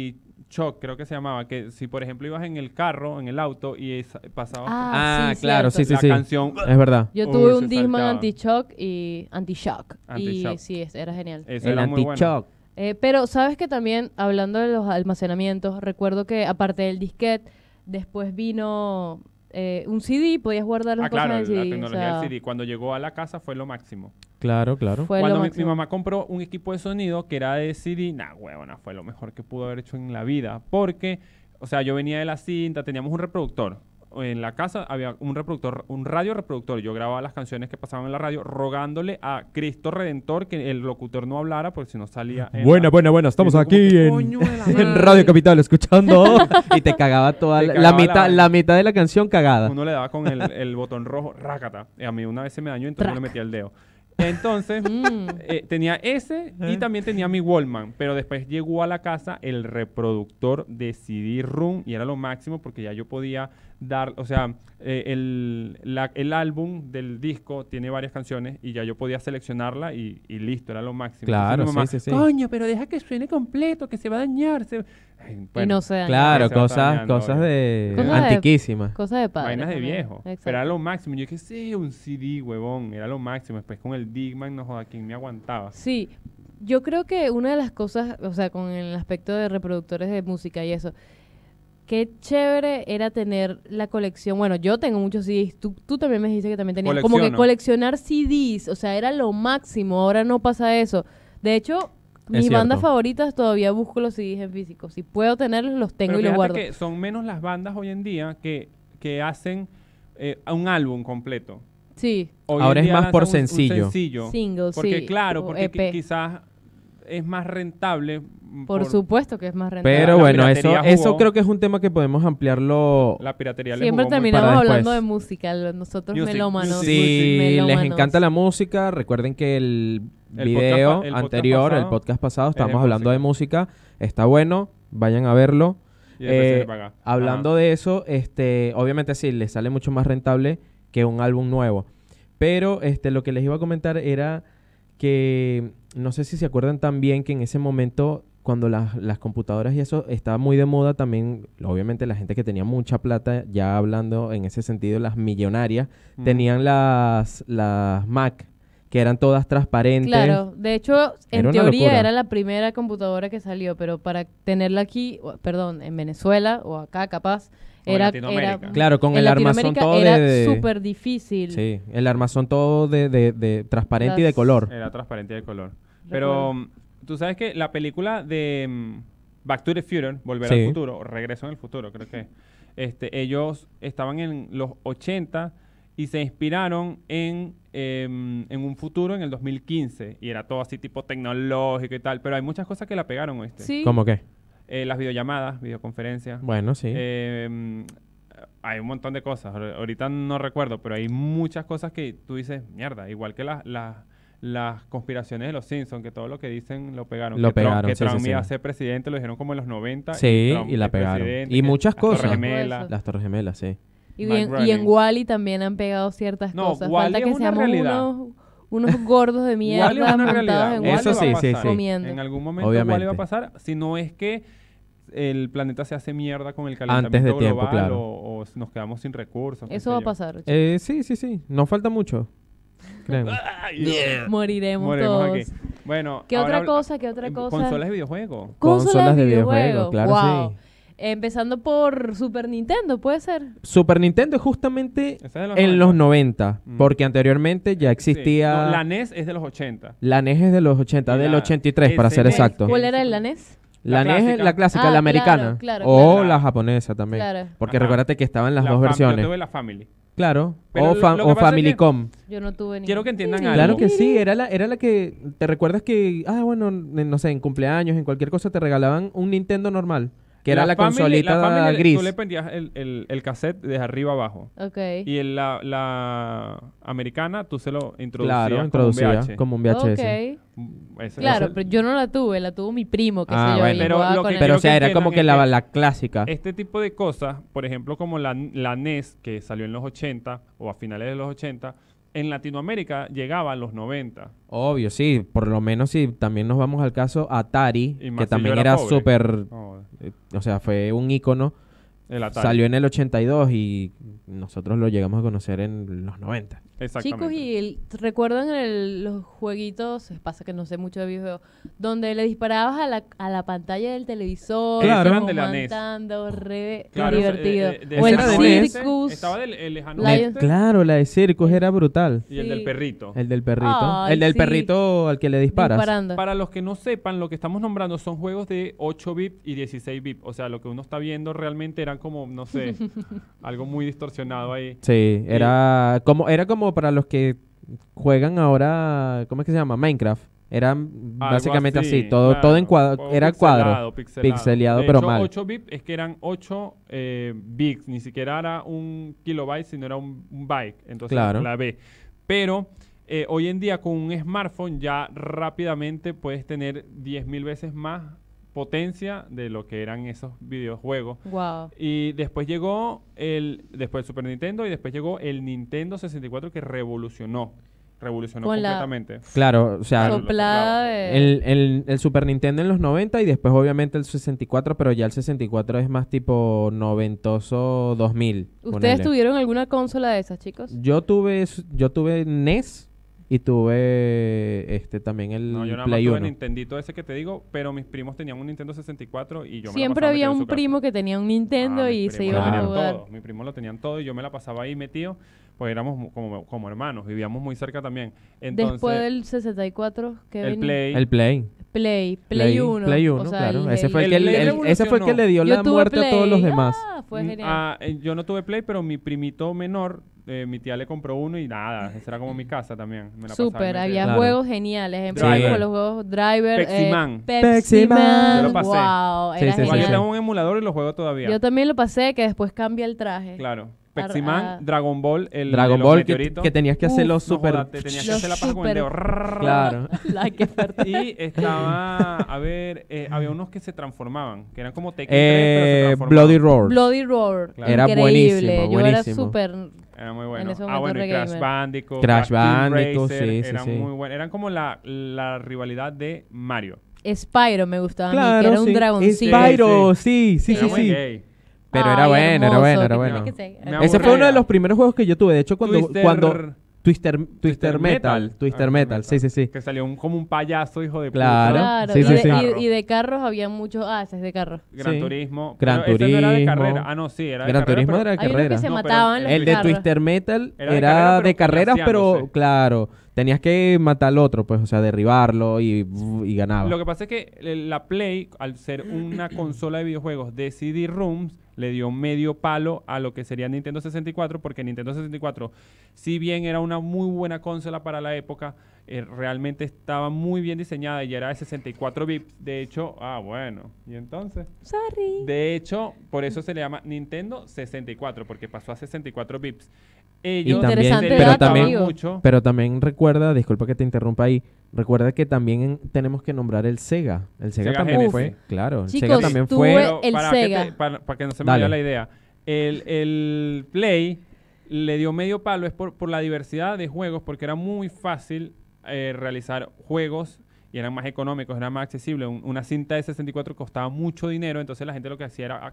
B: anti-shock, creo que se llamaba. Que si, por ejemplo, ibas en el carro, en el auto y esa- pasabas
A: Ah, claro,
C: cierto.
A: sí,
B: la
A: sí, sí.
B: canción.
A: Es verdad.
C: Yo
B: Uy,
C: tuve
B: se
C: un Disman
B: saltaba.
C: anti-shock y anti-shock. Y
B: Anti-shock.
C: sí, es- era genial.
B: Eso
A: El
B: era muy bueno.
A: anti-shock.
C: Eh, pero sabes que también, hablando de los almacenamientos, recuerdo que aparte del disquete, después vino eh, un CD, podías guardar las
B: Ah,
C: cosas
B: claro, la
C: en el CD. o
B: tecnología
C: sea,
B: del CD. Cuando llegó a la casa fue lo máximo.
A: Claro, claro.
C: Fue
B: Cuando
C: lo
B: mi, mi
C: máximo.
B: mamá compró un equipo de sonido que era de CD, nah, huevona, fue lo mejor que pudo haber hecho en la vida. Porque, o sea, yo venía de la cinta, teníamos un reproductor. En la casa había un reproductor, un radio reproductor. Yo grababa las canciones que pasaban en la radio, rogándole a Cristo Redentor que el locutor no hablara, porque si no salía. en
A: Buena,
B: la-
A: buena, buena. Estamos
B: Y tú
A: aquí
B: como que,
A: en,
B: "Coño de la
A: en
B: madre".
A: Radio Capital escuchando. y te cagaba toda
B: Te
A: la,
B: cagaba la
A: mitad,
B: vaina.
A: la mitad de la canción cagada.
B: Uno le daba con el, el botón rojo, rácata. Y a mí una vez se me dañó, entonces yo le
C: Trac.
B: metí el dedo. Entonces,
C: Mm.
B: eh, tenía ese y también tenía mi Wallman, pero después llegó a la casa el reproductor de CD Room y era lo máximo porque ya yo podía dar, o sea, eh, el, la- el álbum del disco tiene varias canciones y ya yo podía seleccionarla y, y listo, era lo máximo.
A: Claro,
B: Entonces mi mamá,
A: sí, sí, sí.
B: Coño, pero deja que suene completo, que se va a dañar. se-". Ay,
C: y
B: bueno,
C: no se dañó.
A: Claro,
B: Se va
A: cosas,
B: dañando,
A: cosas de
C: Cosas de-
A: antiquísimas.
C: Cosa de padre.
B: Vainas de
C: también.
B: viejo.
C: Exacto.
B: Pero era lo máximo. Yo dije, sí, un CD, huevón. Era lo máximo. Después con el Digman, no joda, ¿quién me aguantaba?
C: Sí, yo creo que una de las cosas, o sea, con el aspecto de reproductores de música y eso, qué chévere era tener la colección. Bueno, yo tengo muchos CDs, tú, tú también me dijiste que también tenías. Como que
B: Colecciono.
C: coleccionar CDs, o sea, era lo máximo, ahora no pasa eso. De hecho, Mis
A: Es
C: bandas
A: cierto.
C: favoritas todavía busco los CDs en físico. Si puedo tenerlos, los tengo
B: Pero
C: y los
B: fíjate
C: guardo.
B: que son menos las bandas hoy en día que, que hacen eh, un álbum completo.
C: Sí,
B: Hoy
A: Ahora
B: en
A: es
B: día
A: más
B: lanzan
A: por
B: un- un
A: sencillo.
B: sencillo.
C: singles,
B: Porque
C: sí,
B: claro,
C: o E
B: porque qui-
C: EP.
B: quizás es más rentable. mm,
C: por, supuesto que es más rentable.
A: Pero
B: La
A: bueno, eso,
B: piratería
A: eso
B: jugó.
A: creo que es un tema que podemos ampliarlo.
B: La piratería le
C: Siempre
B: jugó muy
C: terminamos
A: para
C: hablando de
A: después.
C: música, lo- nosotros
B: Music,
C: melómanos.
B: music,
A: Si
C: melómanos.
A: les encanta la música, recuerden que el
B: El
A: video
B: podcast pa- el podcast
A: anterior, el
B: pasado,
A: podcast pasado,
B: es de
A: estábamos hablando de música. Está bueno, vayan a verlo.
B: Y después se
A: Eh,
B: le paga.
A: Hablando de eso, este, obviamente sí, les sale mucho más rentable que un álbum nuevo. Pero este, lo que les iba a comentar era que no sé si se acuerdan también que en ese momento, cuando las, las computadoras y eso estaba muy de moda, también, obviamente, la gente que tenía mucha plata, ya hablando en ese sentido, las millonarias,
B: Ujú.
A: tenían las, las Mac, que eran todas transparentes.
C: Claro, de hecho,
A: Era
C: en
A: una
C: teoría
A: locura.
C: era la primera computadora que salió, pero para tenerla aquí, o- perdón, en Venezuela o acá capaz,
B: O en
C: era, era
B: Latinoamérica.
A: Claro, con
C: en
A: el armazón
C: Latinoamérica
A: todo
C: era
A: de- de...
C: súper difícil.
A: Sí, el armazón todo de, de- de transparente y de
C: Las-
A: color.
B: Era transparente y de color. Pero mm, tú sabes que la película de mm, Back to the Future, Volver
A: Sí.
B: al Futuro, o Regreso en el Futuro, creo que es, este, ellos estaban en los 80 y se inspiraron en, em, en un futuro en el 2015. Y era todo así tipo tecnológico y tal. Pero hay muchas cosas que la pegaron, ¿oíste?
C: Sí,
A: ¿Cómo qué?
B: Eh, las videollamadas, videoconferencias.
A: Bueno, sí.
B: Em, hay un montón de cosas. Ahor- Ahorita no recuerdo, pero hay muchas cosas que tú dices, mierda, igual que las, las, las conspiraciones de los Simpsons, que todo lo que dicen lo pegaron.
A: Lo
B: que Trump-
A: pegaron,
B: que
A: sí,
B: Trump
A: sí,
B: iba
A: sí.
B: a ser presidente, lo dijeron como en los 90.
A: Sí,
B: Trump
A: y la
B: es
A: pegaron.
B: presidente,
A: Y
B: que
A: muchas
B: las Torres
A: cosas.
B: Gemelas.
A: Las Torres Gemelas, sí.
C: y,
B: Mac
C: bien- y
B: Ryan.
C: en Wally también han pegado ciertas
B: No,
C: cosas.
B: Wall-E
C: Falta
B: es
C: que
B: una
C: seamos
B: realidad.
C: unos, unos gordos de mierda
B: Wall-E es una
C: montados
B: realidad.
C: en
B: Wall-E
A: Eso
B: va a
A: sí, sí,
B: pasar.
A: sí.
C: Comiendo.
B: En algún momento Wall-E va
A: Obviamente.
B: a pasar, si no es que el planeta se hace mierda con el
A: de
B: calentamiento global
A: tiempo, claro.
B: o, o nos quedamos sin recursos. qué sé
C: Eso va a
B: yo.
C: pasar. chicos.
A: Eh, sí, sí, sí. No falta mucho. Créeme.
B: Ay,
C: Moriremos,
B: Moriremos
C: todos.
B: aquí. Bueno,
C: ¿Qué
B: ahora
C: otra
B: habla-
C: cosa? ¿Qué otra
B: Eh,
C: cosa?
B: Consolas de videojuegos.
C: Consolas de videojuegos.
A: claro
C: wow.
A: sí.
C: Empezando por Super Nintendo, puede ser.
A: Super Nintendo es justamente
B: Esa es de los
A: en
B: 90.
A: los 90,
B: Mm.
A: porque anteriormente ya
B: Sí.
A: existía...
B: No, la
A: la...
B: NES es de los 80.
A: NES es de los 80,
B: Y
A: del
B: la
A: 83 para ser
B: SNES.
A: exacto.
C: ¿Cuál era el danés?
A: La,
B: La
A: NES es
B: clásica.
A: la clásica,
C: Ah,
A: la
C: claro,
A: americana.
C: claro,
A: o
B: claro.
A: la japonesa también.
C: Claro.
A: Porque
B: Ajá.
A: recuérdate que estaban las
B: La
A: dos
B: fam-
A: versiones.
B: Yo tuve la Family.
A: Claro.
B: Pero
A: o
B: lo-
A: fam-
B: lo que
A: o
B: pasa es que-
A: Familicom.
C: Yo no tuve ni.
B: Quiero que entiendan algo.
A: Claro que sí, era la, era la que te recuerdas que, ah, bueno, n- no sé, en cumpleaños, en cualquier cosa te regalaban un Nintendo normal, que era la,
B: Family-
A: consolita
B: la Family le-
A: gris.
B: Tú le prendías el, el, el cassette de arriba abajo.
C: Ok.
B: Y en la, la americana tú se lo introducías
A: Claro,
B: como un
A: introducida
B: VH.
A: como un VHS.
C: Ok.
B: Mm, ese-
C: Claro,
B: ese-
C: pero yo no la tuve, la tuvo mi primo, que
A: Ah,
C: sé yo.
A: bueno.
C: y
B: Pero
C: jugaba
B: lo
C: con
B: que
C: él.
A: Pero o sea, era
B: entiendan
A: como que
B: es
A: la,
B: que-
A: la clásica.
B: Este tipo de cosas, por ejemplo, como la, la NES que salió en los 80 o a finales de los 80, en Latinoamérica llegaba a los 90.
A: Obvio, sí, por lo menos si también nos vamos al caso Atari,
B: Y
A: que
B: más si
A: también
B: yo era
A: era
B: pobre.
A: súper,
B: Oh,
A: eh, o sea, fue un ícono,
B: el Atari.
A: salió en el 82 y nosotros lo llegamos a conocer en los 90.
B: Exactamente.
C: Chicos, ¿y el- recuerdan el- los jueguitos? Pasa que no sé mucho de videojuegos. Donde le disparabas a la, a la pantalla del televisor.
A: Claro.
C: como
B: Eran de la NES.
C: mandando, re
B: Claro,
C: divertido.
B: eh, eh, de
C: o
A: esa era
B: lejano
A: de
C: el
B: oeste,
C: Circus.
B: Estaba del el lejano
C: La-
A: Ne-
B: oeste
A: claro, la de circos era brutal.
B: y el
C: Sí.
B: del perrito.
A: El del perrito.
C: Ay,
A: el del
C: sí.
A: perrito al que le disparas.
C: Disparando.
B: Para los que no sepan, lo que estamos nombrando son juegos de 8 bits y 16 bits. O sea, lo que uno está viendo realmente eran como, no sé, algo muy distorsionado ahí.
A: Sí, era como era como para los que juegan ahora, ¿cómo es que se llama? Minecraft. Era
B: Algo
A: básicamente así, todo todo en
B: claro,
A: cuadro,
B: o
A: era cuadro.
B: pixelado, Pixelado,
A: pixeleado,
B: De
A: pero
B: hecho,
A: mal.
B: 8 bits es que eran 8 eh, bits, ni siquiera era un kilobyte, sino era un, un byte. Entonces
A: Claro.
B: la B. Pero eh, hoy en día con un smartphone ya rápidamente puedes tener 10.000 veces más potencia de lo que eran esos videojuegos.
C: Wow.
B: Y después llegó el después el Super Nintendo y después llegó el Nintendo 64 que revolucionó, revolucionó
C: Con la-
B: completamente.
A: Claro, o sea,
B: Claro,
C: Soplada de.
A: el, el- el Super Nintendo en los 90 y después obviamente el 64, pero ya el 64 es más tipo noventoso 2000.
C: ¿Ustedes
A: ponele.
C: tuvieron alguna consola de esas, chicos?
A: Yo tuve yo tuve NES E y tuve este también el
B: No, yo nada más
A: Play
B: tuve
A: 1.
B: Nintendito ese que te digo, pero mis primos tenían un Nintendo 64 y yo me la
C: Siempre
B: pasaba
C: había
B: metido en
C: un
B: su casa.
C: primo que tenía un Nintendo
B: Ah, mis
C: y se
B: primos
A: iba
B: lo
C: iban a
B: tenían
C: jugar.
B: todo, Mis primos lo tenían todo y yo me la pasaba ahí metido, pues éramos mu- como, como hermanos, vivíamos muy cerca también. Entonces,
C: Después del 64, que
B: el Play,
A: El Play.
C: Play, Play 1.
A: Play 1,
C: o sea,
A: claro.
C: el-
A: ese,
C: el-
A: fue el, que
B: el-
A: el-
B: el
A: el- ese fue el que
B: evolucionó.
A: le dio
C: Yo
A: la
C: tuve
A: muerte a todos
C: Play.
A: los demás.
C: Ah, fue
B: mm,
C: genial.
B: ah, eh, yo no tuve Play, pero mi primito menor, eh, mi tía le compró uno y nada, esa era como mi casa también. Me la pasaba ahí
C: Súper,
B: metido.
C: había
A: Claro.
C: juegos geniales. Empezamos
B: Driver.
C: con los juegos Driver,
B: Pepsi
C: eh,
B: Man.
A: Pepsi
C: Pepsi Man.
A: Man. Yo
B: lo pasé.
C: Wow,
A: Sí,
C: era
A: sí, sí,
B: Igual yo
A: sí.
C: genial.
B: tengo un emulador y lo juego todavía.
C: Yo también lo pasé, que después cambia el traje.
B: Claro.
C: Ar-
B: Peximan,
C: ah.
B: Dragon Ball, el de
A: Dragon
B: los
A: Ball, que,
B: meteoritos.
A: que tenías que
C: Uf,
A: hacerlo
B: No
A: súper.
B: joda, te tenías que
C: Los
B: hacer la paja con el
C: super-
B: dedo. Rrrr.
A: Claro.
C: Ay, qué fuerte.
B: Y estaba, a ver, eh, había unos que se transformaban, que eran como Tekken 3, pero se
A: Eh,
B: transformaban.
A: Bloody Roar.
C: Bloody Roar.
B: Claro.
A: Era
C: Increíble.
A: buenísimo,
C: Yo era
A: buenísimo.
C: súper.
B: Era muy bueno.
C: ese
B: ah,
C: momento
B: bueno, y
C: re
B: Crash
C: gamer.
B: Bandicoot.
A: Crash
B: Team
A: Bandicoot,
B: Racer,
A: sí, sí,
B: eran
A: sí.
B: muy buenos. Eran como la, la rivalidad de Mario.
C: Spyro me gustaba a mí, que
A: Claro,
C: era un
A: sí.
C: dragoncito.
A: Spyro, sí, sí, sí,
C: Sí.
B: Era muy
A: sí.
B: gay.
A: Pero
C: Ay,
A: era bueno, era
C: Ah, hermoso,
A: bueno, era
C: que
A: bueno.
C: tenía que ser.
B: Me
A: Ese fue
B: aburría.
A: uno de los primeros juegos que yo tuve. De hecho, cuando.
B: Twister-
A: cuando Twister, Twister, Metal. Twister
B: Ah,
A: Metal, sí, sí, sí.
B: Que salió un- como un payaso, hijo de
A: Claro.
B: puta.
C: Claro,
A: Sí,
C: y,
A: sí,
C: de,
A: sí.
C: y- y de carros había muchos. Ah, ese es de carros.
B: Gran
A: Sí.
B: Turismo.
A: Gran
B: pero ese no era de
A: Turismo.
B: carrera. Ah, no, sí, era de
A: Gran
B: carrera,
A: Turismo
B: pero-
A: era de
C: Hay unos que
A: carrera.
C: se
B: No, pero
C: mataban. los
A: El de
C: carros.
A: Twister Metal
B: Era de
A: era de
B: carrera,
A: carreras,
B: pero
A: pero
B: financiándose.
A: claro, tenías que matar al otro, pues, o sea, derribarlo y, y ganaba.
B: Lo que pasa es que eh, la Play, al ser una consola de videojuegos de CD Rooms, le dio medio palo a lo que sería Nintendo 64, porque Nintendo 64, si bien era una muy buena consola para la época, eh, realmente estaba muy bien diseñada y era de 64 bits. De hecho, ah, bueno, ¿y entonces?
C: Sorry.
B: De hecho, por eso se le llama Nintendo 64, porque pasó a 64 bits.
A: Y
B: Ellos
A: también-
C: Interesante
B: se
C: pero
B: dedicaban
C: también-
B: mucho.
A: Pero también recuerda, disculpa que te interrumpa ahí, recuerda que también en- tenemos que nombrar el Sega. El Sega,
B: Sega
A: también
B: Genesis.
A: fue, claro, el
C: Chicos,
A: Sega también
C: tuve-
A: fue
C: el
B: para que
C: Sega.
B: te- para, para que no se me
A: Dale.
B: vaya la idea. El, el Play le dio medio palo es por, por la diversidad de juegos, porque era muy fácil eh, realizar juegos y eran más económicos, eran más accesibles. Un- una cinta de 64 costaba mucho dinero, entonces la gente lo que hacía era ah,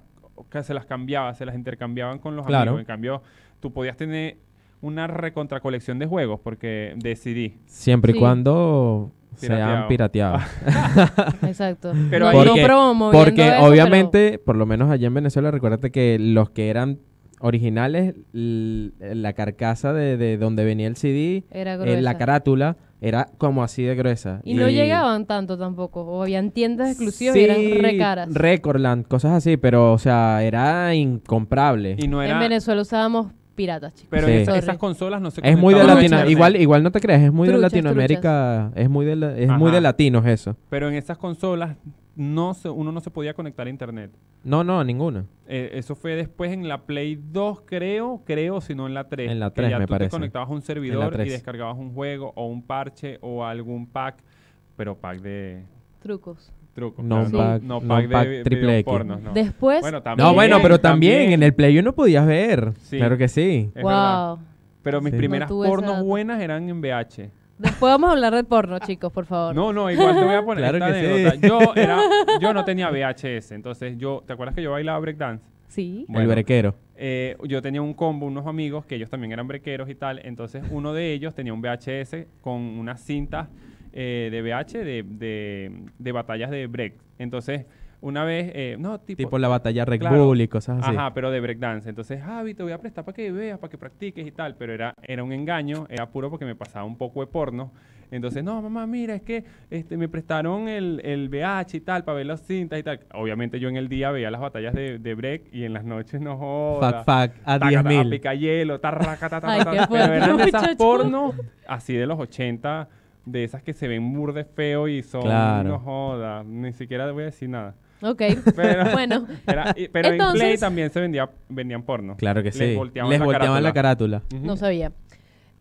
B: que se las cambiaba, se las intercambiaban con los
A: Claro.
B: amigos. En cambio, tú podías tener una recontracolección de juegos, porque de CD.
A: siempre y
C: Sí.
A: cuando sean
B: Pirateado.
A: pirateados.
C: Exacto.
B: Pero
C: no,
B: ahí-
C: no
A: Porque-
C: promoviendo
A: Porque
C: eso,
A: obviamente, por lo menos allá en Venezuela, recuérdate que los que eran originales, l- la carcasa de, de donde venía el CD,
C: pero Era
A: eh, la
C: gruesa.
A: carátula, era como así de gruesa.
C: Y no llegaban tanto tampoco. O habían tiendas exclusivas y
A: Sí,
C: eran re caras.
A: Recordland, cosas así, pero, o sea, era incomprable.
B: Y no
C: en
B: era...
C: Venezuela usábamos piratas, chicos.
B: Pero
A: Sí.
B: esa-
C: Sorry.
B: esas consolas no se
A: Es muy de
B: conectaban a
A: Latinoamérica.
B: internet.
A: Igual, igual no te creas, es muy de
C: Truchas,
A: Latinoamérica. Es muy de, la- es muy
B: Ajá.
A: de latinos eso.
B: Pero en esas consolas no se- uno no se podía conectar a internet.
A: No, no, ninguna.
B: Eh, eso fue después en la Play 2, creo, creo, sino en la 3.
A: En la
B: que
A: 3,
B: ya
A: me
B: tú
A: parece.
B: te conectabas a un servidor y
A: 3.
B: descargabas un juego o un parche o algún pack, pero pack de
C: Trucos.
B: trucos.
A: No
B: claro,
A: pack-
B: no
A: no
B: pack
A: pack
B: de vi-
A: triple
B: video
A: X.
B: pornos, no.
C: Después,
B: también,
A: No, bueno, pero también, en el Play no podías ver.
B: Sí.
A: Claro que sí.
B: es verdad.
C: wow.
B: Pero mis
A: Sí. No
B: primeras
C: tuve esa
B: pornos
C: data.
B: buenas eran en VH.
C: Después vamos a hablar de porno, chicos, por favor.
B: No, no, igual te voy a poner
A: Claro
B: esta
A: que sí.
B: anécdota. Yo, era, yo no tenía VHS, entonces yo... ¿Te acuerdas que yo bailaba breakdance?
C: Sí.
A: el
B: Bueno,
A: brequero.
B: eh, yo tenía un combo, unos amigos que ellos también eran brequeros y tal. Entonces, uno de ellos tenía un VHS con unas cintas eh, de VH de, de- de batallas de break. Entonces, una vez, eh, no, tipo.
A: Tipo la batalla Red
B: claro.
A: Bull y cosas así.
B: Ajá, pero de breakdance. Entonces, Javi, te voy a prestar para que veas, para que practiques y tal. Pero era, era un engaño, era puro porque me pasaba un poco de porno. Entonces, no, mamá, mira, es que este, me prestaron el, el VH y tal, para ver las cintas y tal. Obviamente, yo en el día veía las batallas de, de break y en las noches no
A: Fuck,
B: joda.
A: fuck, a
B: Taca, taca,
A: 10.000.
B: pica hielo, tarraca, ta, ta,
C: Ay,
B: ta,
C: qué
B: ta, Pero
C: fuerte,
B: eran de esas
C: muchacho.
B: porno, así de los 80, de esas que se ven burde feo y son,
A: Claro.
B: no joda, ni siquiera voy a decir nada.
C: Ok.
B: Pero-
C: bueno,
B: Era- y- pero
C: Entonces-
B: en Play también se vendía, vendían porno.
A: Claro que
B: Les
A: sí.
B: volteaban
A: Les
B: la
A: volteaban la carátula.
B: Ujú.
C: no sabía.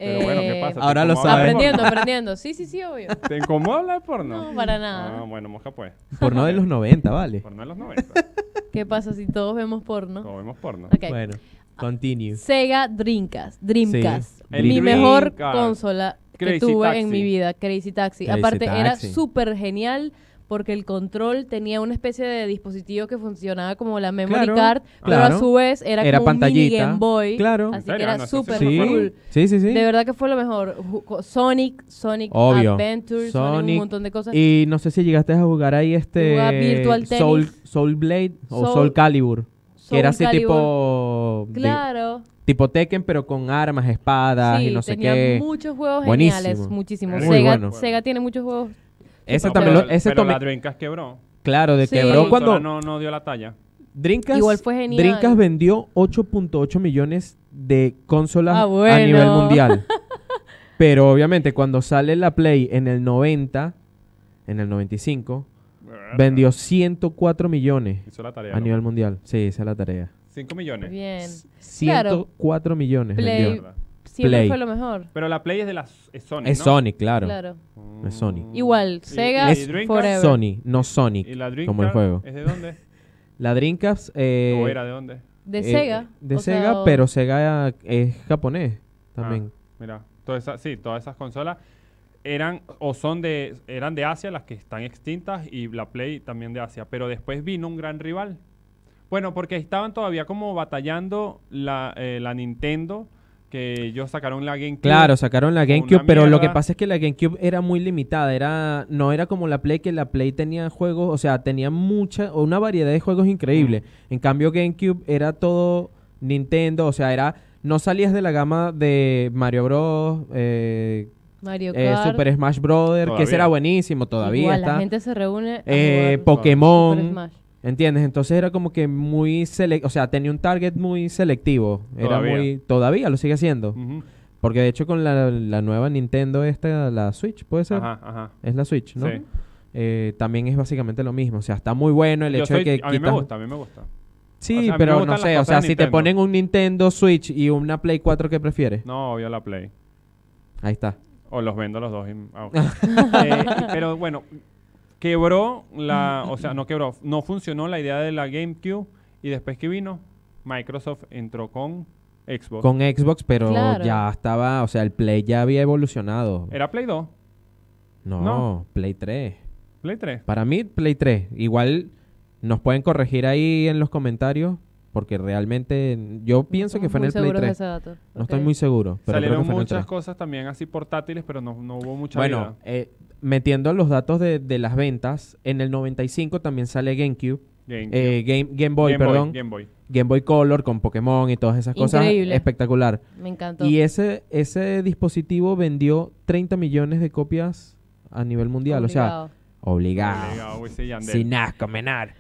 C: Eh,
B: Pero bueno, ¿qué pasa? ¿Te
A: ahora lo
B: incomoda hablar de
C: Aprendiendo,
B: porno?
C: aprendiendo. Sí, sí, sí, obvio.
B: ¿Te incomoda hablar de porno?
C: No, para
B: Ah,
C: nada.
B: bueno, mosca pues.
A: Porno de los 90, vale.
B: Porno de los 90.
C: ¿Qué pasa si todos vemos porno?
B: Como vemos porno.
C: Ok.
A: Bueno, continue.
C: Sega Dreamcast. Dreamcast.
A: Sí.
B: El
C: Mi
B: Dreamcast.
C: mejor consola que
B: Crazy
C: tuve
B: Taxi.
C: en mi vida, Crazy Taxi.
A: Crazy
C: Aparte, era
A: Taxi.
C: súper genial porque el control tenía una especie de dispositivo que funcionaba como la memory
A: Claro,
C: card, pero
A: claro.
C: a su vez era,
A: Era
C: como un mini
A: pantallita.
C: Game Boy.
A: Claro.
C: Así
B: ¿En
C: que
B: serio? Ah,
C: era
B: no, eso sí
C: súper
B: no me acuerdo.
C: cool.
A: Sí, sí, sí.
C: De verdad que fue lo mejor. Ju- co- Sonic, Sonic
A: Obvio.
C: Adventure, Sonic, un
A: Sonic
C: montón de cosas.
A: Y no sé si llegaste a jugar ahí este
C: Jugaba Virtual Tennis.
A: Soul, Soul Blade o
C: Soul-
A: Soul, Calibur.
C: Soul
A: Que era así
C: Calibur.
A: tipo. de-
C: Claro.
A: tipo Tekken, pero con armas, espadas
C: Sí,
A: y no sé
C: tenía
A: qué.
C: muchos juegos
A: Buenísimo.
C: geniales, muchísimos.
A: Muy
C: Sega,
A: bueno.
C: Sega tiene muchos juegos.
A: Ese
B: No,
A: también
B: pero,
A: lo. Ese
B: pero
A: tome-
B: la Dreamcast quebró.
A: Claro, de
C: Sí.
A: quebró
B: La
A: cuando.
B: consola No, no dio la talla.
A: Drinkas,
C: Igual fue genial.
A: vendió 8.8 millones de consolas
C: Ah, bueno.
A: a nivel mundial. Pero obviamente cuando sale la Play en el 90, en el 95, vendió 104 millones
B: Hizo la tarea.
A: a nivel mundial. Sí, esa es la tarea.
B: 5 millones.
C: Bien.
A: 104 millones
C: Play-
A: vendió.
B: Mierda.
C: Siempre
A: Play.
C: fue lo mejor.
B: Pero la Play es de las es Sonic,
A: Es
B: ¿no?
A: Sonic, claro.
C: Claro.
B: Mm.
A: Es Sonic.
C: Igual,
B: Y-
C: Sega
B: y
A: Es
B: Dreamcast,
C: forever.
A: Sony, no
B: ¿Y
A: Sonic.
B: la Dreamcast?
A: Como el juego.
B: ¿Es de dónde?
A: La Dreamcast... eh,
B: ¿O era de dónde?
C: De
A: eh,
C: Sega.
A: De
C: o sea,
A: Sega,
C: o-
A: pero Sega es japonés también.
B: Ah. Mira, todas esas, sí, todas esas consolas eran o son de eran de Asia las que están extintas y la Play también de Asia, pero después vino un gran rival. Bueno, porque estaban todavía como batallando la, eh, la Nintendo que ellos sacaron la GameCube.
A: Claro, sacaron la
B: Una
A: GameCube, pero lo que
B: mierda.
A: pasa es que la GameCube era muy limitada, era no era como la Play que la Play tenía juegos, o sea, tenía mucha o una variedad de juegos increíble.
B: Mm.
A: En cambio GameCube era todo Nintendo, o sea, era no salías de la gama de Mario Bros, eh,
C: Mario
A: eh,
C: Kart.
A: Super Smash Brothers, que
B: Todavía.
A: ese era buenísimo todavía
C: Igual,
A: está.
C: la gente se reúne. a
A: eh,
C: jugar
A: Pokémon.
C: Super Smash.
A: ¿Entiendes? Entonces era como que muy selec, o sea, tenía un target muy selectivo, era
B: Todavía.
A: muy todavía lo sigue haciendo.
B: Ujú.
A: Porque de hecho con la, la nueva Nintendo esta, la Switch, ¿puede ser?
B: Ajá, ajá.
A: Es la Switch, ¿no?
B: Sí.
A: Eh, también es básicamente lo mismo. O sea, está muy bueno el
B: Yo
A: hecho
B: soy-
A: de que
B: a mí me
A: quitas-
B: gusta, a mí me gusta.
A: Sí,
B: O sea, a mí me
A: pero
B: gustan
A: no
B: las
A: sé. O
B: cosas
A: sea,
B: de
A: si te
B: Nintendo.
A: ponen un Nintendo Switch y una Play 4, ¿qué prefieres?
B: No, obvio la Play.
A: Ahí está.
B: O los vendo los dos. y- ah, ok. Eh, pero bueno, quebró la, o sea, no quebró, no funcionó la idea de la GameCube y después que vino, Microsoft entró con Xbox.
A: Con Xbox, pero
C: Claro.
A: ya estaba... O sea, el Play ya había evolucionado.
B: Era Play 2,
A: No,
B: Eh, no.
A: Play 3.
B: Play 3.
A: Para mí, Play 3. Igual nos pueden corregir ahí en los comentarios. Porque realmente yo pienso que
C: Estamos
A: fue en
C: muy
A: el Play
C: seguros de
A: 3.
C: ese dato.
A: No
C: Ok.
A: estoy muy seguro. Pero creo
B: Salieron
A: que fue en el 3.
B: muchas cosas también así portátiles, pero no, no hubo mucha
A: Bueno,
B: vida.
A: eh, metiendo los datos de, de las ventas, en el 95 también sale GameCube,
B: GameCube.
A: eh, Game, Game Boy,
B: Game
A: perdón,
B: Game Boy.
A: Game Boy Color con Pokémon y todas esas
C: Increíble.
A: cosas. Espectacular.
C: Me encantó.
A: Y ese, ese dispositivo vendió 30 millones de copias a nivel mundial, o
C: Obligado.
A: sea, obligado.
B: Obligado, güey, sí, Yandel.
A: Sin asco, menar.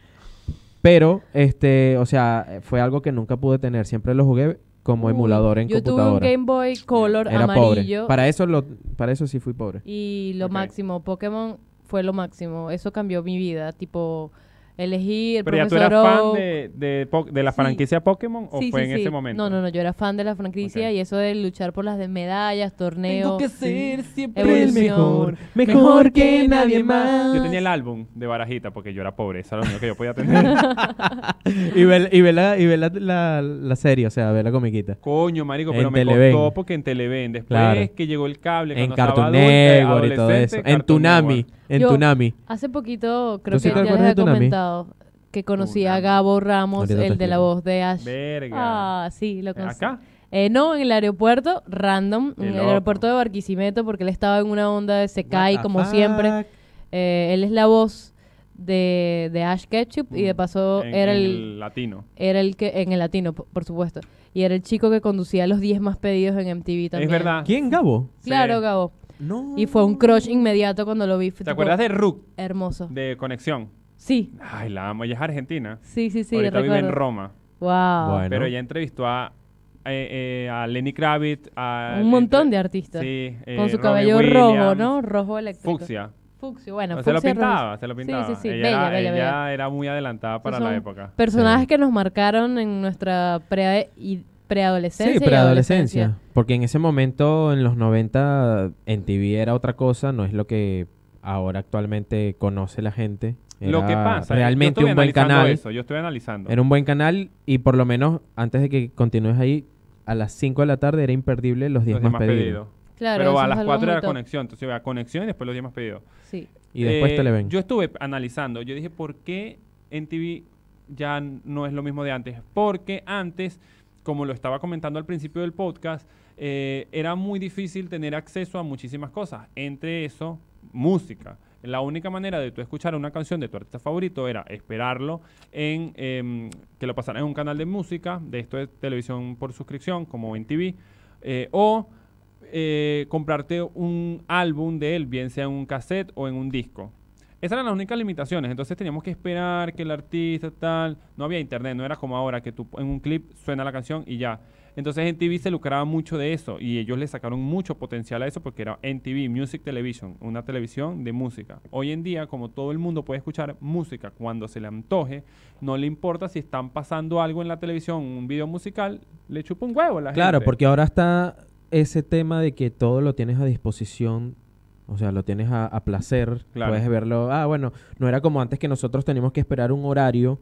A: Pero, este, o sea, fue algo que nunca pude tener. Siempre lo jugué como
C: Uy,
A: emulador en
C: yo
A: computadora.
C: tuve un Game Boy Color
A: Era
C: amarillo
A: pobre. Para eso, lo, para eso sí fui pobre.
C: y lo
B: Ok.
C: máximo, Pokémon fue lo máximo. Eso cambió mi vida, tipo elegir
B: Pero ya tú
C: profesor
B: eras fan
C: Oak.
B: de, de, po- de la
C: Sí.
B: franquicia Pokémon o
C: Sí,
B: fue
C: sí,
B: en
C: sí.
B: ese momento.
C: No, no, no, yo era fan de la franquicia
B: Ok.
C: y eso de luchar por las de medallas, torneos.
A: ser siempre
C: Evolución.
A: mejor que nadie más.
B: Yo tenía el álbum de barajita porque yo era pobre, eso era lo único que yo podía tener.
A: Y ve, y ve la, y ve la, la- la serie, o sea, ve la comiquita.
B: Coño, marico, pero
A: En
B: me
A: Televen.
B: costó porque en Televen. Después
A: Claro.
B: que llegó el cable.
A: En
B: cuando estaba
A: Cartoon
B: adulta,
A: Network y todo
B: adolescente,
A: eso. En
B: Cartoon
A: Tunami.
B: Network.
A: En
C: Yo-
A: Tunami.
C: Hace poquito,
A: ¿Tú
C: creo
A: sí
C: que
A: te
C: ya les
A: acuerdas de
C: había
A: Tsunami?
C: comentado que conocí a
B: Tsunami.
C: Gabo Ramos,
A: Ahorita te
C: el de la
A: explico.
C: voz de Ash.
B: Verga.
C: Ah, sí, lo conocí.
B: ¿Acá?
C: Eh, no, en el aeropuerto, random,
B: Qué
C: en el
B: loco.
C: aeropuerto de Barquisimeto, porque él estaba en una onda de Sekai,
A: What the
C: como
A: fuck?
C: siempre. Eh, él es la voz de, de Ash Ketchup y de paso
B: En-
C: era
B: en
C: el,
B: latino.
C: era el que, en el latino, po- por supuesto, y era el chico que conducía los 10 más pedidos en MTV también.
B: Es verdad.
A: ¿Quién, Gabo?
C: Claro,
B: Sí.
C: Gabo.
A: No.
C: Y fue un crush inmediato cuando lo vi.
B: ¿Te acuerdas de Rook?
C: Hermoso.
B: De Conexión.
C: Sí,
B: Ay, la amo. Ella es argentina.
C: sí, sí, sí,
B: Ahorita vive
C: recuerdo.
B: en Roma.
C: Wow.
A: Bueno.
B: Pero ella entrevistó a, eh, eh, a Lenny Kravitz. A
C: Un montón de artistas.
B: Sí. eh,
C: Con su
B: Robbie
C: cabello
B: Williams,
C: rojo, ¿no? Rojo eléctrico.
B: Fucsia.
C: Fucsia, bueno,
B: se lo
C: fucsia rojo.
B: pintaba, se lo pintaba.
C: Sí, sí, sí.
B: Ella,
C: bella,
B: era,
C: bella,
B: ella
C: bella.
B: era muy adelantada para
C: Esos
B: la
C: son
B: época.
C: Personajes
A: Sí.
C: que nos marcaron en nuestra pre y preadolescencia.
A: Sí,
C: y adolescencia.
A: preadolescencia. Porque en ese momento, en los 90, en TV era otra cosa, no es lo que ahora actualmente conoce la gente.
B: lo
A: Era
B: que pasa,
A: Realmente
B: yo estoy
A: un buen
B: analizando
A: canal.
B: Eso, yo estoy analizando.
A: Era un buen canal y por lo menos, antes de que continúes ahí, a las 5 de la tarde era imperdible los 10
B: Los
A: más,
B: demás
A: pedidos.
B: pedidos.
C: Claro,
B: pero
C: eso
B: a
C: es
B: las
C: algo
B: 4
C: muy
B: era
C: top.
B: conexión. Entonces iba a conexión y después los demás pedidos.
C: Sí.
A: Y después
B: Eh,
A: Televen.
B: Yo estuve analizando. Yo dije, ¿por qué NTV ya n- no es lo mismo de antes? Porque antes, como lo estaba comentando al principio del podcast, eh, era muy difícil tener acceso a muchísimas cosas. Entre eso, música. La única manera de tú escuchar una canción de tu artista favorito era esperarlo en em, que lo pasaran en un canal de música, de esto de televisión por suscripción, como NTV, eh, o eh, comprarte un álbum de él, bien sea en un cassette o en un disco. Esas eran las únicas limitaciones. Entonces teníamos que esperar que el artista tal. No había internet, no era como ahora que tú en un clip suena la canción y ya. Entonces NTV se lucraba mucho de eso y ellos le sacaron mucho potencial a eso porque era NTV, Music Television, una televisión de música. Hoy en día, como todo el mundo puede escuchar música cuando se le antoje, no le importa si están pasando algo en la televisión, un video musical, le chupa un huevo a la
A: Claro,
B: gente.
A: porque ahora está ese tema de que todo lo tienes a disposición, o sea, lo tienes a, a placer,
B: Claro.
A: puedes verlo. Ah, bueno, no era como antes que nosotros teníamos que esperar un horario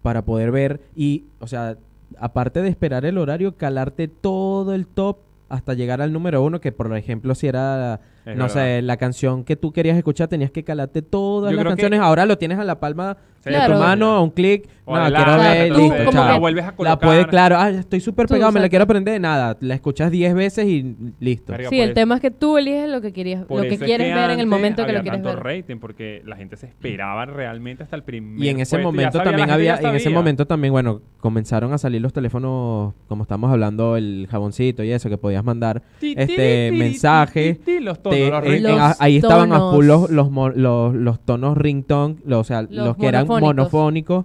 A: para poder ver y, o sea, aparte de esperar el horario, calarte todo el top hasta llegar al número uno, que por ejemplo si era,
B: Es
A: no
B: verdad.
A: sé, la canción que tú querías escuchar, tenías que calarte todas
B: Yo
A: las
B: creo que-
A: canciones, ahora lo tienes a la palma
B: Sí,
A: de tu
C: Claro.
A: mano, a un clic,
B: O
A: no,
B: adelante,
A: quiero
C: O sea,
A: ver,
C: tú
A: listo,
C: como
A: chao.
C: que
B: la vuelves a
A: La
B: colocar.
A: puede, claro. Ah, ya estoy súper
C: Tú,
A: pegado, me la
C: exacto.
A: quiero aprender. Nada, la escuchas 10 veces y listo.
B: Verga,
C: Sí,
B: por
C: el
B: eso-
C: tema es que tú eliges lo que querías,
B: pues. por
C: lo que
B: eso es
C: quieres ver en
B: antes
C: el momento que lo
B: había
C: quieres
B: tanto
C: ver.
B: rating porque la gente se esperaba realmente hasta el primer
A: Y en ese
B: puesto, pues, ya
A: momento
B: sabía,
A: también
B: la gente ya
A: había, en ese
B: sabía.
A: momento también, bueno, comenzaron a salir los teléfonos, como estamos hablando, el jaboncito y eso, que podías mandar.
B: Ti, ti,
A: este,
B: ti, ti,
A: mensaje,
B: ti, ti, los tonos,
A: Te-
B: los
A: en-
B: ritmos.
A: en-
C: Los
A: ahí estaban a full los,
C: tonos.
A: los, mo- los, los tonos ringtone, los- o sea, los,
C: Los
A: que eran monofónicos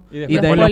B: monofónicos. Y
A: y,
B: después
A: también los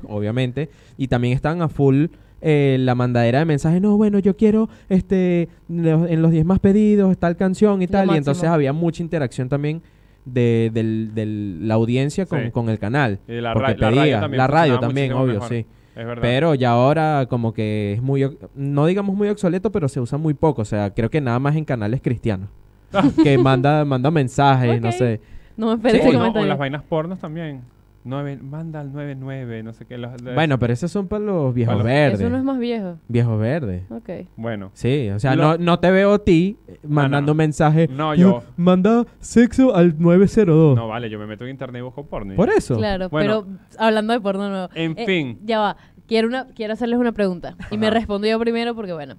A: polofónicos, obviamente. Y también estaban a full eh, la mandadera de mensajes. No, bueno, yo quiero este lo- en los 10 más pedidos tal canción y tal. Y entonces
C: máximo.
A: había mucha interacción también de, del- del- la audiencia con,
B: Sí.
A: con el canal.
B: Y la
A: porque
B: ra- la radio
A: pedía.
B: también
A: La radio
B: funcionaba
A: también,
B: muchísimo
A: obvio,
B: mejor.
A: sí.
B: Es verdad.
A: Pero ya ahora como que es muy, ob- no digamos muy obsoleto, pero se usa muy poco. O sea, creo que nada más en canales cristianos.
B: Ah.
A: que manda, manda mensajes, no
C: Ok.
A: sé.
C: No me esperé
A: Sí,
B: O
C: ese
A: no,
B: no, o
C: comentario.
B: las vainas pornos también. Nueve- manda al 99, no sé qué. los- los-
A: Bueno, pero esos son para los viejos
B: Para los-
A: verdes.
C: Eso no es más viejo.
A: Viejos verdes.
C: Ok.
B: bueno.
A: Sí, o sea,
B: Lo-
A: no, no te veo a ti eh, mandando
B: no.
A: mensajes.
B: No, yo.
A: Manda sexo al 902.
B: No, vale, yo me meto en internet y busco porno.
A: Uh. Por eso.
C: Claro,
B: Bueno.
C: pero hablando de porno nuevo.
B: En
C: Eh,
B: fin.
C: Ya va. Quiero, una, quiero hacerles una pregunta. Y me
B: Ajá.
C: respondo yo primero porque, bueno.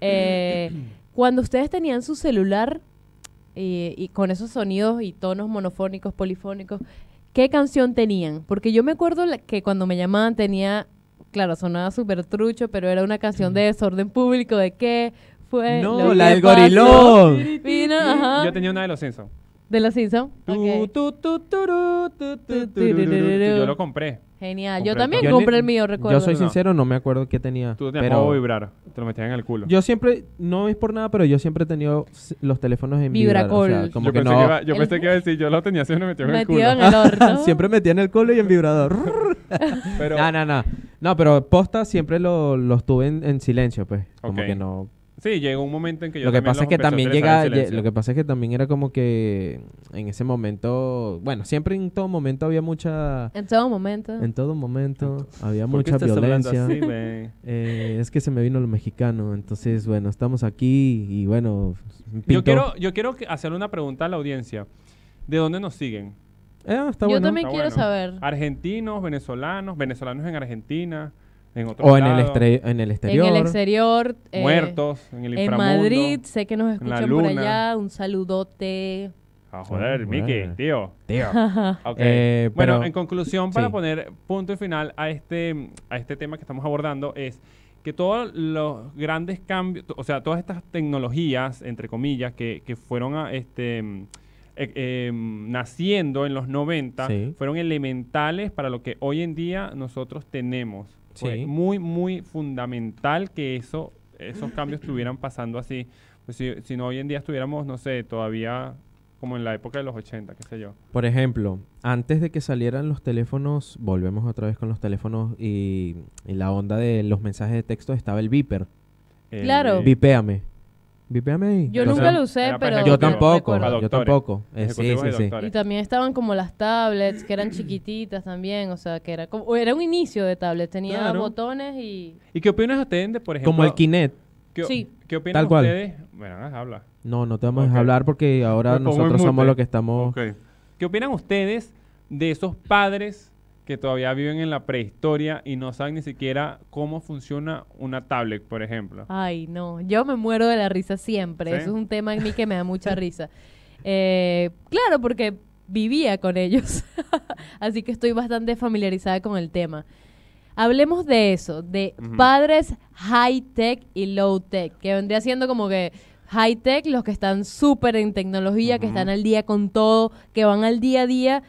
C: eh, cuando ustedes tenían su celular eh, y con esos sonidos y tonos monofónicos, polifónicos, ¿qué canción tenían? Porque yo me acuerdo la- que cuando me llamaban tenía. Claro, sonaba súper trucho, pero era una canción de desorden público, ¿de qué? Fue
A: No,
C: lo
A: la
C: que
A: del
C: pasó.
A: gorilón.
C: Vino, ajá.
B: Yo tenía una de los Simpsons.
C: De los Simpsons.
B: Tu,
C: Ok.
B: tu, tu, turu, tu, tu,
C: Tu,
B: tururu,
C: tururu.
B: Yo lo compré.
C: Genial.
B: Compré
C: Yo también
B: todo.
A: Yo
C: compré
A: ni-
C: el mío, recuerdo.
A: Yo soy
B: No.
A: sincero, no me acuerdo qué tenía.
B: Tú tenías modo
A: pero
B: vibrar. Te lo metían en el culo.
A: yo siempre, no es por nada, pero yo siempre he tenido s- los teléfonos en vibrar, o sea,
C: Vibracol.
A: como
B: yo
A: que
B: pensé,
A: no.
B: que iba, yo
C: El-
B: pensé que iba a decir, yo lo tenía siempre metido en el
C: Metido en
B: culo.
C: el orto.
A: siempre metía en el culo y en vibrador.
B: Pero
A: No, no, no. No, pero posta siempre lo- los tuve en, en silencio, pues. Como
B: Ok.
A: que no.
B: sí, llegó un momento en que yo
A: Lo que
B: también
A: pasa
B: los
A: es que
B: empecé a
A: también
B: utilizar en
A: llega. lle-
B: silencio.
A: Lo que pasa es que también era como que en ese momento. Bueno, siempre en todo momento había mucha.
C: En todo momento.
A: En todo momento había
B: ¿Por qué
A: mucha
B: estás hablando
A: violencia.
B: así, men?
A: Eh, es que se me vino lo mexicano. Entonces, bueno, estamos aquí y bueno.
B: yo
A: pintó.
B: quiero, yo quiero que- hacerle una pregunta a la audiencia. ¿De dónde nos siguen?
A: Eh, está
C: Yo
A: bueno.
C: también
B: Está
C: quiero
B: bueno.
C: saber.
B: Argentinos, venezolanos, venezolanos en Argentina, en otros
A: O en el,
B: lados,
A: estre- en el exterior.
C: En el exterior. eh,
B: muertos, en el
C: En
B: inframundo.
C: Madrid. Sé que nos
B: en la
C: escuchan por
B: luna.
C: allá. Un saludote.
B: Ah, joder,
A: Ah,
B: Miki,
A: bueno.
B: tío.
A: Tío.
B: Ok.
A: Eh,
B: bueno,
A: pero-
B: en conclusión, para
A: sí.
B: poner punto y final a este, a este tema que estamos abordando, es que todos los grandes cambios, o sea, todas estas tecnologías, entre comillas, que, que fueron a, este, mm, eh, eh, naciendo en los 90,
A: Sí.
B: fueron elementales para lo que hoy en día nosotros tenemos. Fue
A: Sí.
B: muy, muy fundamental que eso, esos cambios estuvieran pasando así. Pues si, si no, hoy en día estuviéramos, no sé, todavía como en la época de los 80, qué sé yo.
A: Por ejemplo, antes de que salieran los teléfonos, volvemos otra vez con los teléfonos y, y la onda de los mensajes de texto estaba el viper.
B: El-
C: Claro. Sí.
A: Vipéame. Vipéame ahí.
C: Yo
A: Entonces,
C: nunca lo usé,
B: era para
C: pero.
A: Yo
B: ejecutivo.
A: tampoco,
C: recuerdo.
B: Para
A: yo
B: doctores.
A: tampoco. Eh, sí,
B: Ejecutivos
A: sí,
B: y
A: sí.
B: doctores.
C: Y también estaban como las tablets, que eran chiquititas también. O sea, que era como. o Era un inicio de tablet. Tenía
B: Claro.
C: botones y.
B: ¿Y qué opinas ustedes de, por ejemplo...
A: Como el Kinect.
B: ¿qué,
C: Sí.
B: qué ¿Qué opinan
A: Tal cual.
B: ustedes? Bueno, ah, habla.
A: No, no te vamos a
B: Ok.
A: dejar hablar porque ahora
D: Me pongo en
A: nosotros somos
D: mute.
A: los que estamos...
D: Ok.
B: ¿Qué opinan ustedes de esos padres que todavía viven en la prehistoria y no saben ni siquiera cómo funciona una tablet, por ejemplo?
C: Ay, no. Yo me muero de la risa siempre.
B: ¿Sí?
C: Eso es un tema en mí que me da mucha risa. Eh, claro, porque vivía con ellos. Así que estoy bastante familiarizada con el tema. Hablemos de eso, de
B: Ujú.
C: padres high-tech y low-tech, que vendría siendo como que high-tech, los que están súper en tecnología, que
B: Ujú.
C: están al día con todo, que van al día a día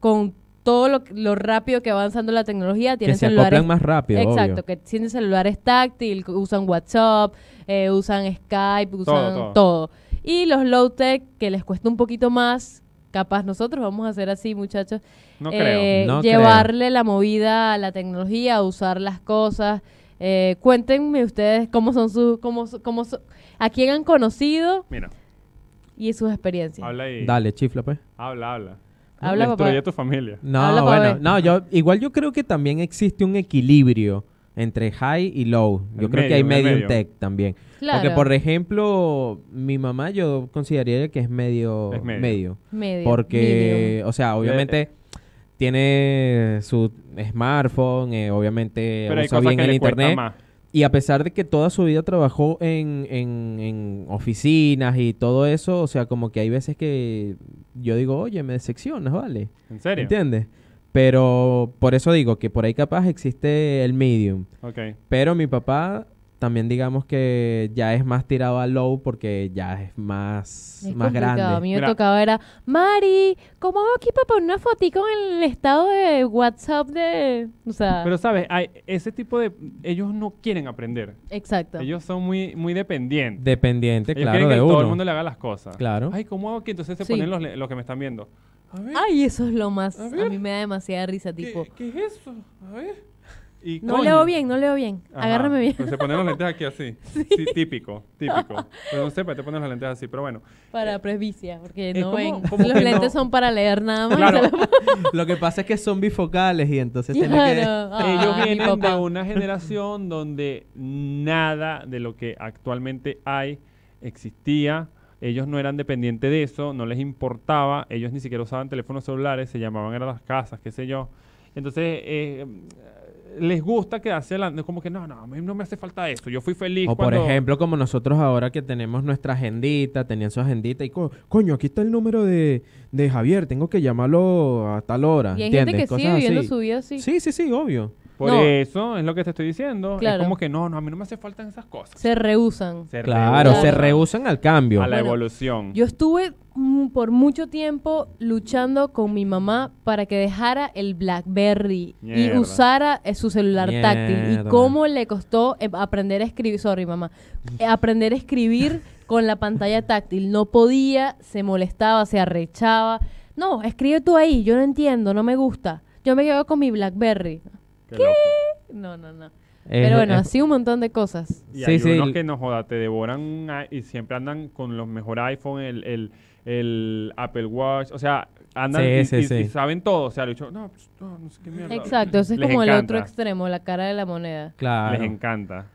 C: con todo lo, lo rápido que va avanzando la tecnología.
A: Que
C: Tienen
A: se
C: celulares
A: acoplan más rápido,
C: Exacto,
A: obvio.
C: que tienen celulares táctil, que usan WhatsApp, eh, usan Skype, usan
B: todo.
C: todo, Y los low tech que les cuesta un poquito más, capaz nosotros vamos a hacer así, muchachos,
B: No
C: eh,
A: No creo.
C: llevarle la movida a la tecnología, a usar las cosas. Eh, cuéntenme ustedes cómo son sus, cómo, so- cómo so- a quién han conocido
B: creo. Mira,
C: y sus experiencias.
B: habla ahí.
A: Dale, chifla, pues.
B: Habla, habla.
C: Habla, papá.
B: Destruye a tu familia.
A: No,
C: Habla pa'
A: bueno,
C: ver.
A: no, yo igual yo creo que también existe un equilibrio entre high y low. Yo
B: El
A: creo que hay
B: medio, el
A: medium
B: medio.
A: tech también. Porque
C: Claro.
A: por ejemplo, mi mamá yo consideraría que es medio
B: Es medio. Eh,
A: medio,
C: Medio,
A: porque
C: medium.
A: o sea, obviamente tiene su smartphone, eh, obviamente
B: Pero hay
A: usa
B: cosas
A: bien
B: que
A: el
B: le cuesta
A: internet
B: más.
A: y a pesar de que toda su vida trabajó en, en- en oficinas y todo eso, o sea, como que hay veces que yo digo, oye, me decepcionas, ¿vale?
B: ¿En serio?
A: ¿Entiendes? Pero por eso digo que por ahí capaz existe el medium.
B: Ok.
A: Pero mi papá también digamos que ya es más tirado a low porque ya es más,
C: Es
A: más
C: complicado. A
A: grande.
C: mí me
B: Mira.
C: tocaba era, Mari, ¿cómo hago aquí para poner una fotico en el estado de WhatsApp de...? O sea,
B: Pero, ¿sabes? Hay- ese tipo de... Ellos no quieren aprender.
C: exacto.
B: Ellos son muy, muy dependientes.
A: Dependiente,
B: Ellos
A: claro,
B: quieren que
A: de
B: todo el
A: uno.
B: mundo le haga las cosas.
A: Claro.
B: Ay, ¿cómo hago aquí? Entonces se
C: Sí.
B: ponen los, le- los que me están viendo. A ver,
C: Ay, eso es lo más...
B: A
C: A,
B: ver.
C: mí me da demasiada risa,
B: ¿qué,
C: tipo,
B: qué es eso? A ver. Y,
C: no
B: coño.
C: leo bien, no leo bien,
B: Ajá,
C: agárrame bien.
B: Pues se ponen los lentes aquí así. sí. típico, típico. Pero no sé, pero te ponen los lentes así, pero bueno.
C: para presbicia, porque
B: es
C: no
B: como-
C: ven.
B: como
C: Los
B: que
C: lentes
B: no-
C: son para leer nada más.
B: Claro.
A: Lo que pasa es que son bifocales y entonces tiene que...
C: Claro. Ay,
B: Ellos
C: Ah, mi
B: vienen de
C: papá.
B: una generación donde nada de lo que actualmente hay existía. Ellos no eran dependientes de eso, no les importaba. Ellos ni siquiera usaban teléfonos celulares, se llamaban a las casas, qué sé yo. Entonces, eh, les gusta quedarse hablando. Como que no, no, a mí no me hace falta eso. Yo fui feliz
A: O por
B: cuando...
A: ejemplo, como nosotros ahora que tenemos nuestra agendita, tenían su agendita y co- coño, aquí está el número de, de Javier, tengo que llamarlo a tal hora.
C: Y hay
A: ¿entiendes?
C: gente que sigue
A: Cosas
C: viviendo
A: así.
C: su vida así.
A: Sí, sí, sí, obvio.
B: Por
C: No.
B: eso es lo que te estoy diciendo. Es
C: Claro.
B: como que no, no, a mí no me hace falta esas cosas.
C: Se rehusan.
B: Se
A: Claro,
B: rehusan
A: se rehusan al cambio.
B: A la
C: Bueno,
B: evolución.
C: Yo estuve mm, por mucho tiempo luchando con mi mamá para que dejara el BlackBerry y
B: Mierda.
C: usara eh, su celular táctil. Y
A: Mierda.
C: cómo le costó eh, aprender a escribir, sorry mamá, Eh, aprender a escribir con la pantalla táctil. No podía, se molestaba, se arrechaba. No, escribe tú ahí, yo no entiendo, no me gusta. Yo me quedo con mi BlackBerry.
B: Qué loco.
C: No, no, no.
A: Es-
C: Pero bueno,
A: es-
C: así un montón de cosas.
B: Y
A: Sí,
B: hay
A: sí,
B: unos
A: el-
B: que nos joda, te devoran a- y siempre andan con los mejores iPhone, el, el, el Apple Watch, o sea, andan
A: Sí,
B: y,
A: sí,
B: y-
A: sí.
B: y saben todo, o sea, le dicho, no, pues, no, no sé qué mierda.
C: Exacto, eso es
B: Les
C: como el
B: encanta,
C: otro extremo, la cara de la moneda.
A: Claro.
B: Les encanta.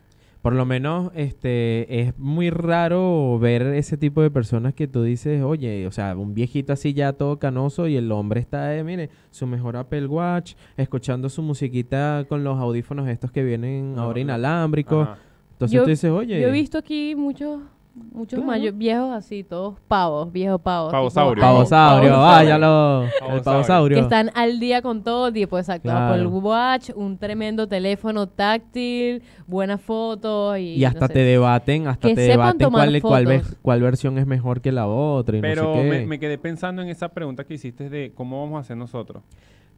A: Por lo menos, este, es muy raro ver ese tipo de personas que tú dices, oye, o sea, un viejito así ya todo canoso y el hombre está, eh, mire, su mejor Apple Watch, escuchando su musiquita con los audífonos estos que vienen
B: Ajá.
A: ahora inalámbricos.
B: Ajá.
A: Entonces
C: Yo-
A: tú dices, oye,
C: Yo he visto aquí muchos muchos
A: Claro.
C: mayo- viejos así, todos pavos, viejos pavos. tipo,
B: Pavosaurio.
C: al-
A: pavosaurio,
B: Pavosaurio.
A: váyalo, el
B: Pavosaurio.
A: pavosaurio.
C: Que están al día con todo tipo, exacto.
A: Claro.
C: Apple Watch, un tremendo teléfono táctil, buenas fotos y.
A: Y hasta
C: no sé.
A: te debaten, hasta
C: Que
A: te
C: sepan
A: debaten
C: tomar
A: cuál, cuál, ve-
C: fotos.
A: cuál versión es mejor que la otra y no sé
B: Pero
A: qué.
B: me, me quedé pensando en esa pregunta que hiciste de cómo vamos a hacer nosotros.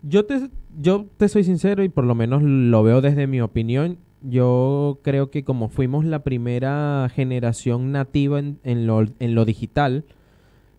A: Yo te, yo te soy sincero y por lo menos lo veo desde mi opinión. Yo creo que como fuimos la primera generación nativa en, en lo, en lo digital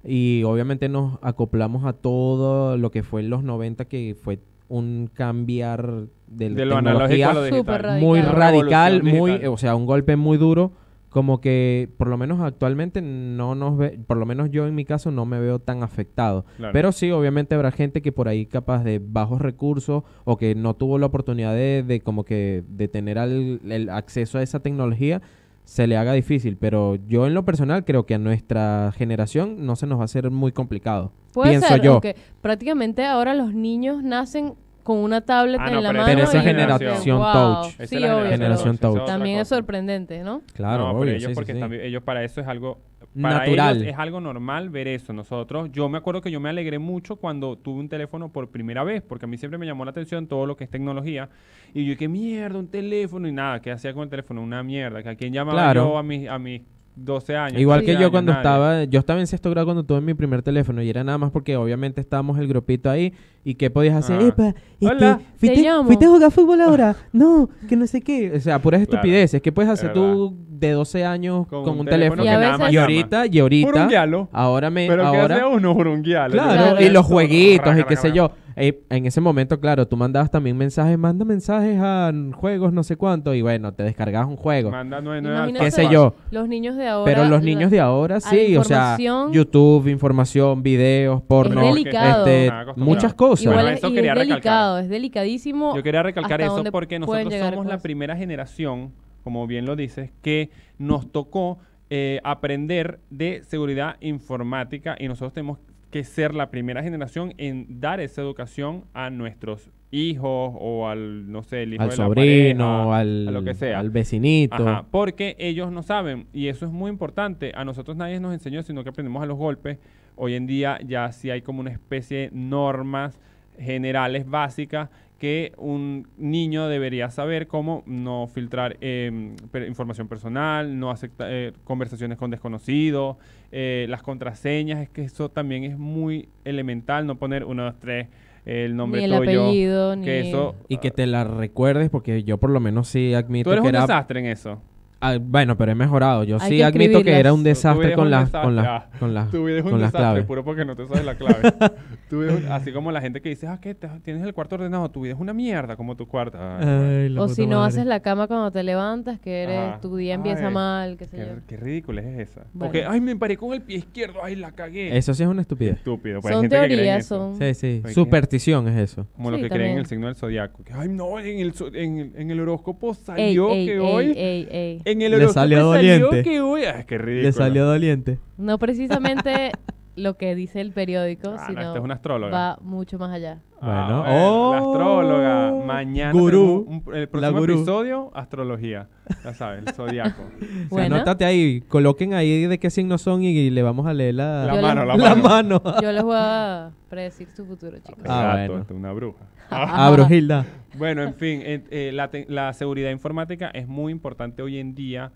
A: y obviamente nos acoplamos a todo lo que fue en los 90 que fue un cambiar de, la
B: De lo analógico
A: tecnología
B: a lo digital.
C: Súper radical.
A: muy
C: Una
A: radical,
B: revolución
A: muy,
B: digital.
A: o sea, un golpe muy duro, como que por lo menos actualmente no nos ve, por lo menos yo en mi caso no me veo tan afectado.
B: Claro.
A: eh, Pero sí, obviamente habrá gente que por ahí capaz de bajos recursos o que no tuvo la oportunidad de, de como que de tener al- el acceso a esa tecnología se le haga difícil, pero yo en lo personal creo que a nuestra generación no se nos va a hacer muy complicado.
C: Puede
A: pienso
C: ser,
A: yo.
C: aunque prácticamente ahora los niños nacen con una tablet
B: Ah,
C: en
B: no,
C: la
B: pero
C: mano.
A: Pero esa
C: y-
A: es generación
C: Wow.
A: touch.
B: Esa
C: Sí,
B: es la
C: obvio.
A: Generación
B: esa
A: touch.
B: otra
C: También es
B: cosa.
C: sorprendente, ¿no?
A: Claro,
B: no, pero
A: obvio,
B: ellos
A: sí, sí,
B: porque
A: sí.
B: también- ellos para eso es algo para
A: Natural.
B: ellos es algo normal ver eso. Nosotros, yo me acuerdo que yo me alegré mucho cuando tuve un teléfono por primera vez, porque a mí siempre me llamó la atención todo lo que es tecnología. Y yo, qué mierda, un teléfono y nada, ¿qué hacía con el teléfono? Una mierda, que a quién llamaba
A: Claro.
B: yo a mis, a mis 12 años.
A: Igual
B: 15
A: que yo
B: años?
A: cuando
B: Nadie.
A: estaba, yo estaba en sexto grado cuando tuve mi primer teléfono y era nada más porque obviamente estábamos el grupito ahí y qué podías hacer,
B: Ah.
A: "Epa, este,
B: Hola.
A: ¿fuiste,
C: llamo.
A: fuiste a jugar fútbol ahora, no, que no sé qué, o sea, puras
B: Claro,
A: estupideces, ¿qué puedes
B: es
A: hacer tú de 12 años con, un, teléfono?
C: Y a
B: que
C: veces-
B: nada más
A: Y
B: llama.
A: ahorita, y ahorita,
B: Jurunguealo.
A: ahora me,
B: Pero ¿qué hace
A: ahora,
B: uno jurunguealo?
A: claro,
C: Claro.
A: y los jueguitos y qué sé yo. Eh, en ese momento, claro, tú mandabas también mensajes, manda mensajes a juegos no sé cuánto y bueno, te descargabas un juego,
B: Manda nueve, nueve
C: Imagínate
A: qué
B: alfas.
A: sé yo.
C: Los niños de ahora.
A: Pero los
C: la-
A: niños de ahora sí, o sea,
C: información-
A: YouTube, información, videos, porno,
C: Es delicado.
A: este,
B: Nada, acostumbrado.
A: muchas cosas.
C: Igual
B: Bueno,
C: es-
B: eso
C: y
B: quería
C: es
B: recalcar.
C: delicado, es delicadísimo.
B: Yo quería recalcar
C: hasta
B: eso
C: dónde
B: porque
C: pueden
B: nosotros
C: llegar
B: somos
C: con
B: la
C: eso.
B: primera generación, como bien lo dices, que nos tocó eh, aprender de seguridad informática y nosotros tenemos que ser la primera generación en dar esa educación a nuestros hijos o al, no sé, el hijo
A: al
B: de
A: sobrino,
B: la pareja,
A: al,
B: a lo que sea.
A: al vecinito.
B: Ajá, porque ellos no saben y eso es muy importante. A nosotros nadie nos enseñó, sino que aprendimos a los golpes. Hoy en día ya sí hay como una especie de normas generales básicas que un niño debería saber cómo no filtrar eh, per- información personal, no aceptar conversaciones con desconocidos, eh, las contraseñas, es que eso también es muy elemental, no poner uno, dos, tres, el nombre
C: Ni el
B: tuyo,
C: apellido,
B: que
C: ni.
B: eso...
A: Y que te la recuerdes porque yo por lo menos sí admito
B: Tú eres
A: que
B: un
A: era
B: desastre en eso.
A: Ah, bueno, pero he mejorado. Yo
C: Hay
A: sí
C: que
A: admito que
C: escribirlas.
A: era un
B: Tu- tu
A: desastre
B: vida es
A: con
B: un
A: las con
B: desastre.
A: las con las
B: Tu vida es un
A: con las
B: desastre,
A: claves.
B: puro porque no te sabes la clave. Tu vida es un- así como la gente que dice, ah, que te- tienes el cuarto ordenado, tu vida es una mierda como tu cuarto. Ay,
A: Ay, la
C: O
A: puta
C: si no
A: madre.
C: haces la cama cuando te levantas, que eres,
B: Ajá.
C: tu día empieza
B: Ay,
C: mal, qué sé
B: qué,
C: yo.
B: qué ridícula es esa.
C: Bueno.
B: Porque, ay, me paré con el pie izquierdo, ay, la cagué.
A: Eso sí es una estupidez.
B: estúpido. pues, hay
C: Son
B: gente que cree en
C: teorías,
B: eso.
C: son.
A: Sí, sí.
B: Ay,
A: Superstición es eso.
B: Como
C: Sí,
B: los que creen en
C: también.
B: el signo del zodiaco. Que, ay, no, en el, zo- en el, en el horóscopo salió
C: Ey,
B: que
C: ey,
B: hoy.
C: ey, ey, ey.
B: En el
A: Le
B: horóscopo
A: salió doliente.
B: que hoy. Ay, qué ridículo.
A: Le salió doliente.
C: No precisamente lo que dice el periódico,
B: Ah, no,
C: sino
B: esta es una astróloga.
C: va mucho más allá.
B: Ah,
A: Bueno.
B: bueno, la
A: Oh.
B: astróloga. Mañana.
A: Gurú.
B: tenemos un- el próximo
A: gurú.
B: episodio, astrología. Ya sabes, el zodiaco.
A: O sea,
C: Bueno.
A: anótate ahí, coloquen ahí de qué signos son y, le vamos a leer la,
B: La
C: Yo
B: mano,
C: la-
B: la mano.
A: mano.
C: Yo les voy a predecir su futuro, chicos.
A: Ah,
B: Gato,
A: bueno.
B: esto es una bruja.
A: Ah, Brujilda.
B: Bueno, en fin, eh, eh, la, te- la seguridad informática es muy importante hoy en día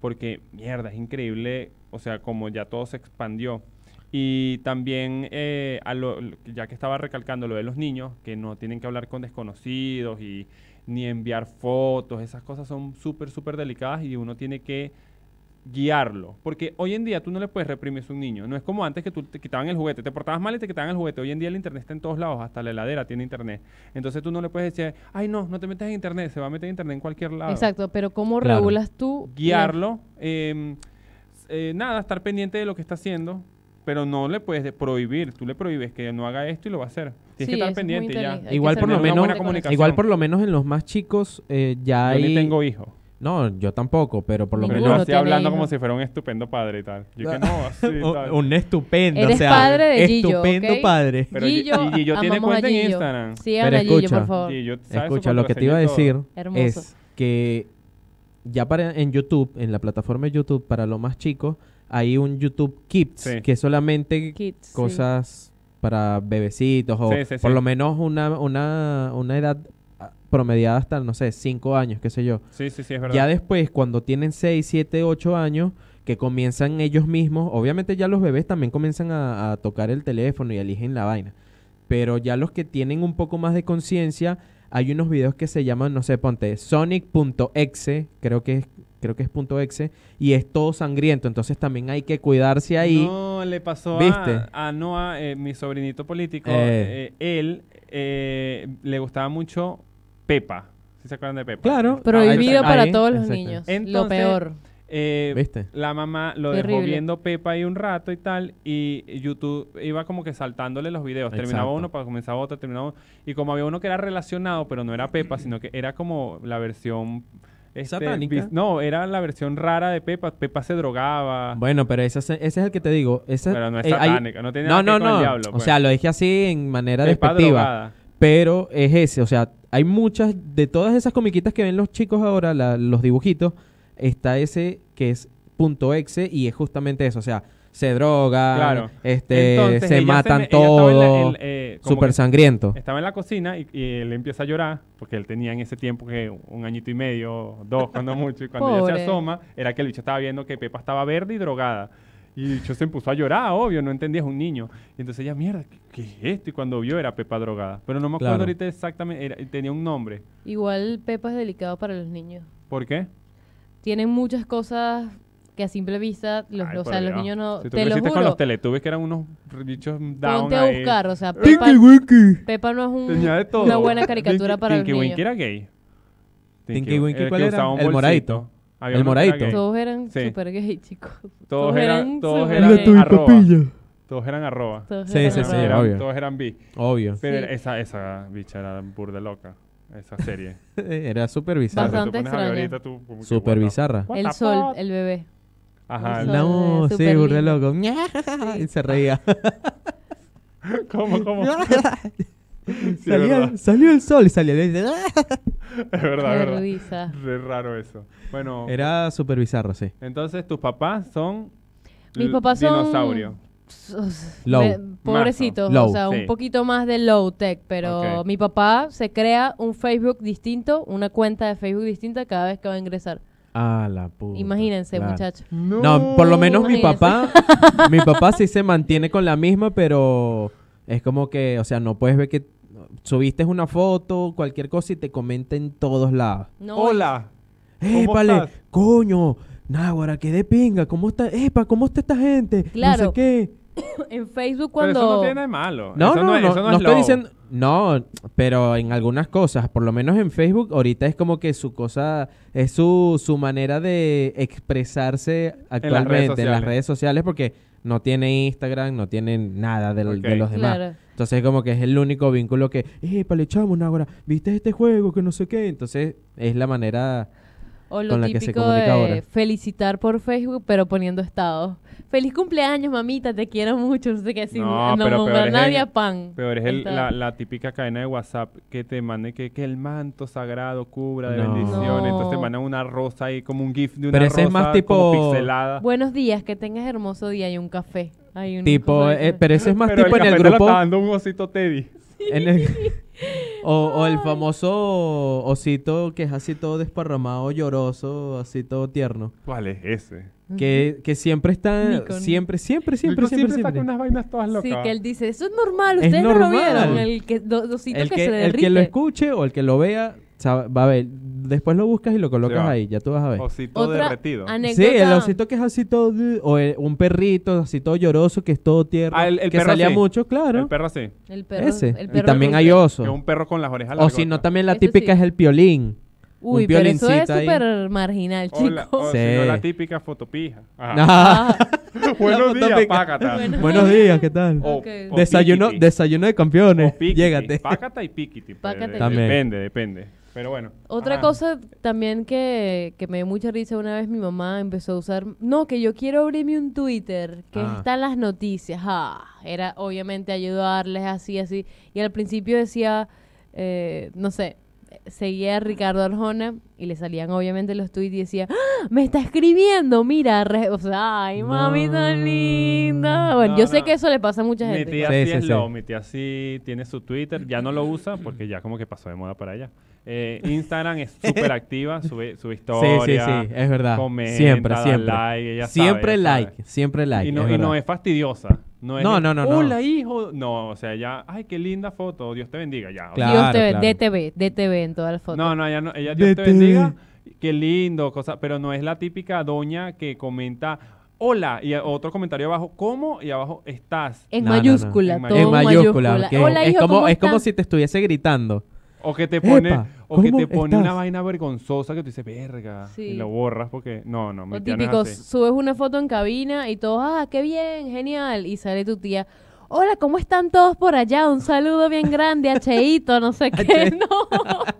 B: porque, mierda, es increíble, o sea, como ya todo se expandió. Y también, eh, a lo- lo- ya que estaba recalcando lo de los niños, que no tienen que hablar con desconocidos y ni enviar fotos, esas cosas son súper, súper delicadas y uno tiene que guiarlo. Porque hoy en día tú no le puedes reprimir a un niño. No es como antes que tú te quitaban el juguete. Te portabas mal y te quitaban el juguete. Hoy en día el internet está en todos lados. Hasta la heladera tiene internet. Entonces tú no le puedes decir, ay, no, no te metas en internet. Se va a meter en internet en cualquier lado.
C: Exacto, pero ¿cómo
A: Claro.
C: regulas tú?
B: Guiarlo. eh, eh, nada, estar pendiente de lo que está haciendo. Pero no le puedes de- prohibir. Tú le prohíbes que no haga esto y lo va a hacer. Tienes
C: Sí,
B: que
C: eso
B: estar
C: es muy
B: pendiente y ya.
C: inteligente. Hay que
A: Igual
C: ser
A: por lo
B: una
A: menos,
B: buena comunicación.
A: igual por lo menos en los más chicos eh, ya
B: Yo
A: hay.
B: ni tengo hijos.
A: No, yo tampoco, pero por lo
B: Pero
C: Ninguno
B: yo
A: menos
B: así
C: tiene
B: hablando
C: hijos.
B: como si fuera un estupendo padre y tal. Yo que no, así tal.
A: Ah, un estupendo,
C: Eres
A: o sea,
C: padre de Gillo,
A: estupendo
C: ¿ok?
A: padre.
B: Pero
C: Gillo,
B: Gi- Gillo tiene
C: amamos a
B: cuenta en
C: Gillo.
B: Instagram.
C: Sigan
A: Pero
C: a Gillo,
A: escucha.
C: por favor.
B: Gillo sabe su
A: Escucha, lo que te iba a
B: contraseña y todo.
A: decir
C: Hermoso.
A: es que ya para en YouTube, en la plataforma de YouTube para los más chicos, hay un YouTube Kids
B: Sí.
A: que es solamente
C: Kids, sí.
A: cosas para bebecitos o
B: Sí, sí,
A: por
B: sí.
A: lo menos una, una, una edad ah, promediada hasta, no sé, 5 años, qué sé yo.
B: Sí, sí, sí, es verdad.
A: Ya después, cuando tienen 6, 7, 8 años, que comienzan ellos mismos, obviamente ya los bebés también comienzan a, a tocar el teléfono y eligen la vaina. Pero ya los que tienen un poco más de conciencia, hay unos videos que se llaman, no sé, ponte, Sonic.exe, creo que es, creo que es punto .exe, y es todo sangriento, entonces también hay que cuidarse ahí.
B: No, le pasó
A: ¿Viste?
B: a, a Noah, eh, mi sobrinito político.
A: Eh.
B: eh, él eh, le gustaba mucho Pepa. ¿Sí se acuerdan de Pepa?
A: Claro.
C: Prohibido
B: Ah, Ahí está.
C: para
A: Ahí,
C: todos los
A: exacto.
C: niños. lo
B: Entonces,
C: peor.
B: Eh,
A: ¿Viste?
B: La mamá lo dejó
C: Terrible.
B: viendo Pepa ahí un rato y tal, y YouTube iba como que saltándole los videos. Terminaba
A: Exacto.
B: uno, para comenzaba otro, terminaba uno. Y como había uno que era relacionado, pero no era Pepa, sino que era como la versión este,
A: Satánica.
B: vis- no, era la versión rara de Pepa. Pepa se drogaba.
A: Bueno, pero ese, es- ese es el que te digo. Ese,
B: ah. Pero no es
A: eh, hay-
B: satánica, no tiene
A: No,
B: nada que
A: no,
B: ver con
A: no.
B: el diablo. pues.
A: O sea, lo dije así en manera despectiva.
B: despectiva.
A: Pero es ese. O sea, hay muchas. De todas esas comiquitas que ven los chicos ahora, la- los dibujitos, está ese que es punto exe y es justamente eso. O sea, se droga,
B: Claro.
A: este,
B: Entonces,
A: se
B: ella
A: matan
B: me- ella estaba en la-
A: todo.
B: en- eh, como
A: Súper
B: que
A: sangriento.
B: Estaba en la cocina y, y él empieza a llorar porque él tenía en ese tiempo que un añito y medio, dos, cuando mucho. Y cuando ella
C: Pobre.
B: se asoma, era que el bicho estaba viendo que Pepa estaba verde y drogada. Y el bicho se puso a llorar, obvio, no entendía, es un niño. Y entonces ella, mierda, ¿qué, qué es esto? Y cuando vio era Pepa drogada. Pero no me acuerdo
A: Claro.
B: ahorita exactamente, era- tenía un nombre.
C: Igual Pepa es delicado para los niños.
B: ¿Por qué?
C: Tienen muchas cosas que a simple vista, los,
B: Ay,
C: o
B: por
C: sea, los
B: Dios.
C: niños no...
B: Si tú lo
C: te lo
B: hiciste con los
C: juro,
B: teletubbies que eran unos bichos down
C: ponte a
B: ahí.
C: buscar. O sea, Pepa,
A: Tinky Winky.
C: Pepa no es un-
B: Tenía de todo.
C: una buena caricatura
B: Tinky-
C: para los
B: Tinky
C: niños.
B: Winky era gay.
A: Tinky Winky,
B: el
A: ¿cuál
B: que
A: era?
B: usaba un
A: El
B: bolsito.
A: moradito.
B: Había
A: El
B: uno que era
A: moradito.
B: gay.
C: Todos eran
B: Sí.
C: super gay, chicos.
B: Todos eran, todos
C: súper
B: eran
C: gay. Gato
B: arroba. Todos eran arroba.
C: Todos
A: Sí,
C: eran
A: sí, sí,
B: Todos
C: raros.
B: eran-
A: obvio.
B: Todos eran bi.
A: Obvio.
B: Pero
C: Sí.
B: esa, esa bicha era burda loca. Esa serie.
A: Era súper
B: O
A: bizarro.
B: sea, si tú
C: Bastante
B: pones a ver
C: extraña.
B: ahorita, tú como que,
A: Súper
B: what the-
A: bizarra.
B: what the
C: El sol,
B: fuck?
C: el bebé.
B: Ajá.
C: el sol.
A: No,
C: Eh,
A: sí,
C: súper
A: burda
C: lindo.
A: loco. Y se reía.
B: ¿Cómo, cómo? Sí,
A: Salía-
B: es
A: salió el sol y salió el...
B: verdad, es verdad.
C: Qué
B: es verdad.
C: risa.
B: Re raro eso. Bueno,
A: Era súper bizarro, sí.
B: entonces tus papás son...
C: Mis
B: l-
C: papás son-
B: Dinosaurio.
A: Low.
C: Me- Pobrecito,
A: Low.
C: o sea,
B: Sí.
C: un poquito más de low tech, pero
B: Ok.
C: mi papá se crea un Facebook distinto, una cuenta de Facebook distinta cada vez que va a ingresar.
A: Ah, la puta.
C: Imagínense,
A: claro.
C: muchachos.
A: No, por lo menos mi
C: Imagínense.
A: papá, mi papá sí se mantiene con la misma, pero es como que, o sea, no puedes ver que subiste una foto, cualquier cosa y te comenta en todos lados.
C: No,
B: Hola. ¿Cómo
A: ¡Épale!
B: estás?
A: ¡Coño! Náguara, qué de pinga, ¿cómo está? ¡Epa! ¿Cómo está esta gente? No
C: Claro.
A: sé qué.
C: En Facebook
B: Pero
C: cuando...
B: eso no tiene nada de malo.
A: No,
B: Eso
A: no, no,
B: es- eso
A: no,
B: es
A: estoy
B: lobo.
A: diciendo. No, pero en algunas cosas, por lo menos en Facebook, ahorita es como que su cosa, es su, su manera de expresarse
B: En las redes
A: actualmente en las
B: sociales.
A: redes sociales, porque no tiene Instagram, no tiene nada del- de,
B: Ok.
A: los demás.
C: Claro.
A: Entonces, como que es el único vínculo que, eh, pale chamo, ahora ¿viste este juego? Que no sé qué. Entonces, es la manera.
C: O lo
A: con la que se
C: típico
A: comunica
C: de
A: ahora.
C: felicitar por Facebook, pero poniendo estados. Feliz cumpleaños, mamita, te quiero mucho. No sé qué, sin
B: No,
C: no,
B: pero
C: nombrar
B: peor es
C: nadie
B: el-
C: a pan.
B: Peor es el-
C: Entonces-
B: la, la típica cadena de WhatsApp que te mande que, que el manto sagrado cubra de
A: No.
B: bendiciones. Entonces te
C: No.
B: mandan una rosa ahí como un gif de una
A: Pero ese es
B: rosa
A: más tipo-
B: como pixelada.
C: Buenos días, que tengas hermoso día y un café. Hay un
A: Tipo,
C: cosa
A: eh,
C: de-
A: pero ese es más
B: Pero
A: tipo en el
B: café te lo
A: grupo.
B: está dando un osito Teddy.
A: en el- o, o el famoso osito que es así todo desparramado, lloroso, así todo tierno.
B: ¿Cuál es ese?
A: Que, que siempre está.
C: Nico, ¿no?
A: Siempre, siempre,
B: Nico
A: siempre, siempre,
B: saca
A: siempre.
B: unas vainas todas locas.
C: Sí, que él dice, eso es normal,
A: Es
C: ustedes no lo
A: normal.
C: vieron. El que, do- dosito
A: El
C: que,
A: que,
C: se
A: el
C: derrite.
A: que lo escuche o el que lo vea, sabe- va a ver. Después lo buscas y lo colocas
B: va.
A: ahí, ya tú vas a ver.
B: Osito
C: Otra
B: derretido.
A: Sí,
C: anécdota.
A: el osito que es así todo. O el- un perrito así todo lloroso, que es todo tierno.
B: Ah, el- el
A: que
B: perro
A: salía
B: sí.
A: mucho, claro.
B: El perro así.
C: El perro-
A: ese.
C: el
A: y
C: perro
A: también
C: que-
A: hay
B: Que es
A: oso.
B: un perro con las orejas
A: O
B: largotas.
A: si no, también la
C: Eso
A: típica
C: sí.
A: es el piolín.
C: Uy,
A: un
C: pero eso es
A: violincito ahí.
C: súper marginal,
B: O
C: chico.
B: la, o
A: Sí.
B: si no, la típica fotopija. Ajá.
A: Ah,
C: Ah,
B: Buenos
A: La
B: días,
A: fotopica.
B: pácata.
C: Bueno.
A: Buenos días, ¿qué tal?
B: O-
C: Ok.
B: o
A: desayuno,
B: piquiti.
A: desayuno de campeones.
B: O piquiti.
A: Llégate.
B: Pácata y piquiti. pues,
C: Pácata y
B: de-
A: También.
B: Depende, depende. Pero bueno. Ah,
C: otra
B: Ajá.
C: cosa también que, que me dio mucha risa una vez mi mamá empezó a usar, no, que yo quiero abrirme un Twitter, que
A: Ah.
C: están las noticias. Ah, era obviamente ayudarles así, así. Y al principio decía, eh, no sé, seguía a Ricardo Arjona y le salían obviamente los tweets y decía, ¡Ah! me está escribiendo, mira, re-". o sea, ay, mami tan
A: No.
C: linda. Bueno,
B: No,
C: yo
B: no.
C: sé que eso le pasa a mucha
B: Mi
C: gente.
B: tía
A: Sí,
B: sí,
A: sí,
B: es
A: sí.
B: low, mi tía sí tiene su Twitter, ya no lo usa porque ya como que pasó de moda para allá. Eh, Instagram es súper activa, sube, sube
A: Sí, sí,
B: historia.
A: sí, es verdad.
B: comenta,
A: siempre,
B: da
A: siempre.
B: like, ella sabe,
A: siempre
B: ella sabe.
A: like, siempre like.
B: y, no,
A: es
B: y no
A: verdad.
B: es fastidiosa. No, es
A: No,
B: de,
A: no, no, no.
B: Hola, hijo. No, o sea, ya, ay, qué linda foto, Dios te bendiga. Ya, o sea,
A: Claro,
C: Dios te
A: claro.
C: ve- DTV, DTV en todas las fotos.
B: No, no, ella, no, ella Dios
A: Vete.
B: te bendiga, qué lindo, cosa, pero no es la típica doña que comenta hola y a- otro comentario abajo, ¿cómo? Y abajo estás.
C: En
A: No, no, no.
C: mayúscula,
B: En
C: todo
A: En
C: en
A: mayúscula.
C: mayúscula.
A: ok.
C: Hola,
A: es,
C: hijo,
A: como,
C: ¿cómo
A: es como
C: estás?
A: si te estuviese gritando.
B: O que te pone,
A: Epa,
B: o que
A: ¿cómo
B: te pone una
A: estás?
B: vaina vergonzosa que tú dices, verga, y
C: Sí.
B: lo borras porque, no, no, mi
C: O
B: tía no es
C: típico,
B: así.
C: subes una foto en cabina y todos, ah, qué bien, genial. Y sale tu tía, hola, ¿cómo están todos por allá? Un saludo bien grande a Cheito, no sé qué. No.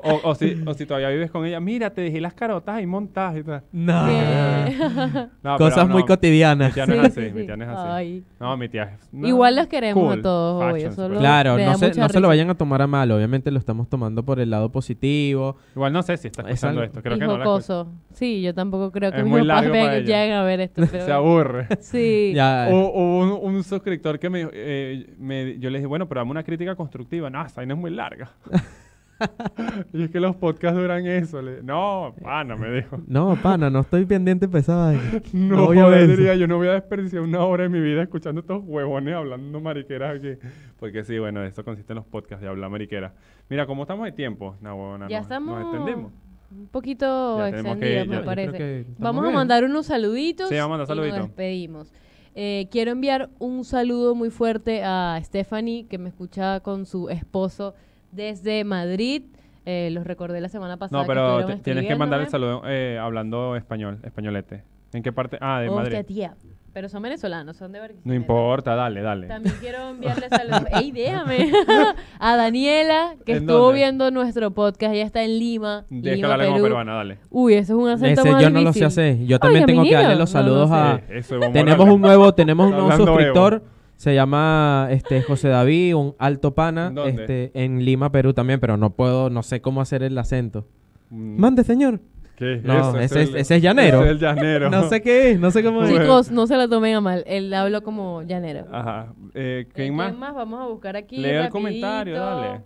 B: O, o si, o si todavía vives con ella, mira, te dejé las carotas ahí montadas y tal.
D: No.
C: Bien.
B: No, pero
D: Cosas
B: no,
D: muy
B: Mi
D: cotidianas.
B: tía no
C: Sí,
B: es así,
C: sí,
B: mi
C: sí.
B: tía no es así.
C: Ay.
B: No, mi tía es- no,
C: Igual los queremos
B: cool,
C: a todos, obvio,
B: fashions,
C: solo-
B: pero-
C: Me
A: Claro,
C: da
A: no, se,
C: mucha
A: no se
C: risa.
A: lo vayan a tomar a mal. Obviamente lo estamos tomando por el lado positivo.
B: Igual no sé si está
A: Es
B: escuchando
A: algo-
B: esto. Creo
C: y
B: que no la escucha.
C: jocoso. Sí, yo tampoco creo que
B: Es
C: mis
B: muy
C: papás
B: largo
C: vean-
B: para ella.
C: lleguen a ver esto. Pero...
B: Se aburre.
C: Sí.
D: Ya,
B: O, o un, un suscriptor que me, dijo, eh, me- yo le dije, bueno, pero dame una crítica constructiva. No, esa vaina es muy larga. y es que los podcasts duran eso. Le- no, pana, me dijo.
D: No, pana, no estoy pendiente para esa vaina.
B: No,
D: voy a
B: joder,
D: ver eso.
B: diría, yo no voy a desperdiciar una hora de mi vida escuchando estos huevones hablando mariqueras aquí. Porque sí, bueno, de eso consiste en los podcasts de hablar mariquera. Mira, ¿cómo estamos de tiempo? No, huevona,
C: Ya
B: nos,
C: estamos
B: Nos extendemos.
C: un poquito
B: Ya tenemos que-
C: extendidos,
B: ya-
C: me
B: yo creo
C: parece.
A: Creo que-
C: Vamos
D: bien.
C: a mandar unos saluditos.
B: Sí, vamos a mandar
C: Y
B: saluditos.
C: nos despedimos. Eh, quiero enviar un saludo muy fuerte a Stephanie, que me escucha con su esposo desde Madrid. Eh, los recordé la semana pasada.
B: No, pero
C: estuvieron
B: te- tienes que mandar el
C: escribiéndome.
B: saludo eh, hablando español, españolete. ¿En qué parte? Ah, de
C: Hostia,
B: Madrid.
C: tía. Pero son venezolanos, son de Barquisimeto.
B: No importa, dale, dale.
C: También quiero enviarle saludos. ¡Ey, déjame! a Daniela, que
B: ¿En
C: estuvo
B: dónde?
C: viendo nuestro podcast. Ella está en Lima.
B: Tienes que
C: Lima,
B: hablarle como
C: Perú.
B: peruana, dale.
C: Uy, eso es un acento
A: Ese
C: más
A: yo no lo sé
C: difícil.
A: hacer. Yo también
C: Oiga,
A: tengo que darle
C: mijito.
A: los
C: No lo
A: saludos
C: sé.
A: a...
D: Ah.
B: Eh, eso es Evo
A: Tenemos
B: Morales.
A: un nuevo, tenemos un nuevo
B: Hablando Evo.
A: suscriptor. Se llama este José David, un alto pana,
B: ¿Dónde?
A: este, en Lima, Perú también, pero no puedo, no sé cómo hacer el acento.
B: Mm,
A: Mande, señor.
B: ¿qué es
A: No,
B: eso?
A: ese es- ese es llanero.
B: Ese es el llanero.
D: No sé qué es, no sé cómo es.
C: Chicos, no se la tomen a mal. Él habló como llanero.
B: Ajá. Eh,
C: Eh,
B: ¿Quién más?
C: Vamos a buscar aquí.
B: Lee el
C: rapidito.
B: comentario, dale.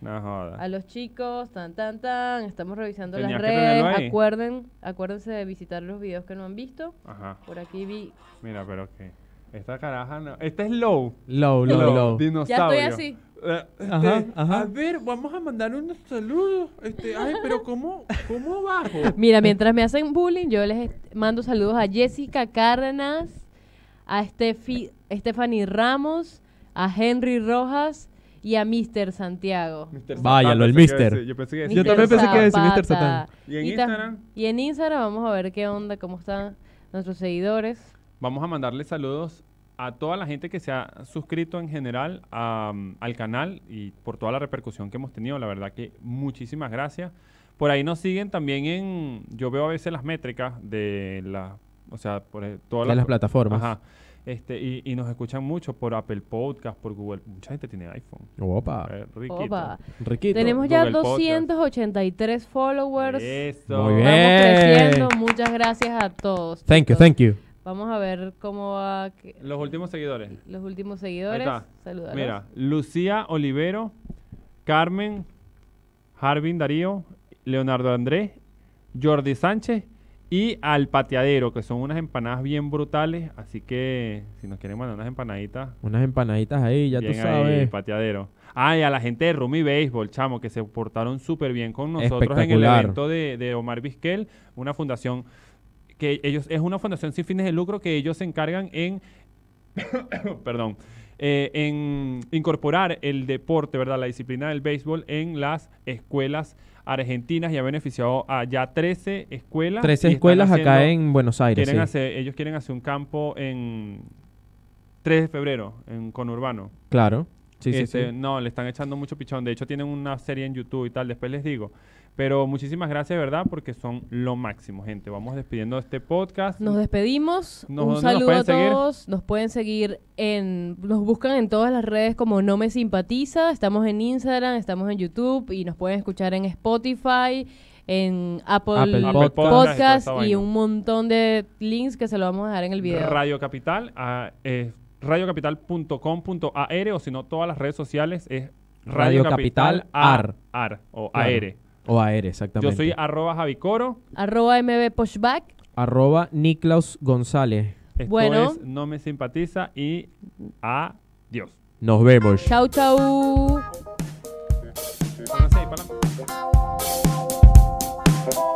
B: No joda.
C: A los chicos, tan, tan, tan. Estamos revisando
B: Tenías
C: las
B: que tenerlo ahí.
C: redes. Acuerden, acuérdense de visitar los videos que no han visto.
B: Ajá.
C: Por aquí vi.
B: Mira, pero que esta caraja no. Esta es low.
D: Low, low, low.
B: Dinosaurio.
C: Ya estoy así.
B: Eh, este,
D: Ajá, ajá.
B: A ver, vamos a mandar unos saludos. Este, ay, pero ¿cómo, cómo bajo?
C: Mira, mientras me hacen bullying, yo les est- mando saludos a Jessica Cárdenas, a Estefi- Stephanie Ramos, a Henry Rojas y a Mr. Santiago.
B: Mister
D: Váyalo,
B: Zapata,
D: el
B: Ah, pensé que iba a
D: mister.
B: decir, Yo pensé que iba a
D: Yo
B: decir
D: también
B: Zapata.
D: pensé que iba a decir Mr.
C: Zapata.
D: Satán.
B: ¿Y en
C: ta-
B: Instagram?
C: Y en Instagram vamos a ver qué onda, cómo están nuestros seguidores.
B: Vamos a mandarle saludos a toda la gente que se ha suscrito en general am, al canal y por toda la repercusión que hemos tenido. La verdad que muchísimas gracias. Por ahí nos siguen también en... Yo veo a veces las métricas de la... O sea, por eh, todas
A: De las plataformas.
B: Ajá. Este, y, y nos escuchan mucho por Apple Podcast, por Google. Mucha gente tiene iPhone.
A: Opa,
B: Eh, riquito.
C: Opa.
A: riquito.
C: Tenemos ya
B: Google Podcast.
C: 283 followers.
B: Eso.
A: Muy bien.
C: Estamos creciendo.
A: Bien.
C: Muchas gracias a todos.
A: Thank you,
C: chicos.
A: thank you.
C: Vamos a ver cómo va que-
B: Los últimos seguidores.
C: los últimos seguidores.
B: Ahí está.
C: Saludaros.
B: Mira, Lucía Olivero, Carmen, Harvin Darío, Leonardo Andrés, Jordi Sánchez y Al Pateadero, que son unas empanadas bien brutales. Así que si nos quieren mandar unas empanaditas,
A: Unas empanaditas ahí, ya
B: bien
A: tú
B: ahí,
A: sabes.
B: Pateadero. Ah, y a la gente de Rumi Béisbol, chamo, que se portaron súper bien con nosotros en el
A: Espectacular.
B: evento de, de Omar Vizquel, una fundación que ellos es una fundación sin fines de lucro que ellos se encargan en perdón, eh, en incorporar el deporte, ¿verdad? La disciplina del béisbol en las escuelas argentinas y ha beneficiado a ya 13 escuelas. y
A: Trece
B: están
A: escuelas acá
B: haciendo-
A: en Buenos Aires.
B: quieren
A: sí.
B: hacer- ellos quieren hacer un campo en 3 de febrero, en Conurbano.
A: Claro. Sí, sí,
B: Este,
A: sí.
B: No, le están echando mucho pichón. De hecho, tienen una serie en YouTube y tal. Después les digo. Pero muchísimas gracias, de ¿verdad? Porque son lo máximo, gente. Vamos despidiendo este podcast.
C: Nos despedimos.
B: Nos- ¿dónde
C: Un
B: nos
C: saludo
B: pueden
C: a
B: seguir?
C: todos. Nos pueden seguir en. Nos buscan en todas las redes como No Me Simpatiza. Estamos en Instagram, estamos en YouTube y nos pueden escuchar en Spotify, en Apple,
A: Apple
B: Apple
A: Podcast.
B: Podcast y toda
C: Podcast
B: esa
C: y
B: vaina.
C: un montón de links que se lo vamos a dejar en el video.
B: Radio Capital, ah, es radiocapital.com.ar o si no, todas las redes sociales es
A: Radio Capital AR.
B: AR o
A: Claro.
B: AR.
A: O AR,
B: Yo
A: exactamente.
B: soy arroba Javicoro.
C: Arroba MB Pushback.
A: Arroba Niklaus González.
B: Esto
C: Bueno.
B: es No Me Simpatiza y adiós.
A: Nos vemos.
C: Chau, chau.
B: Pónganse ahí para-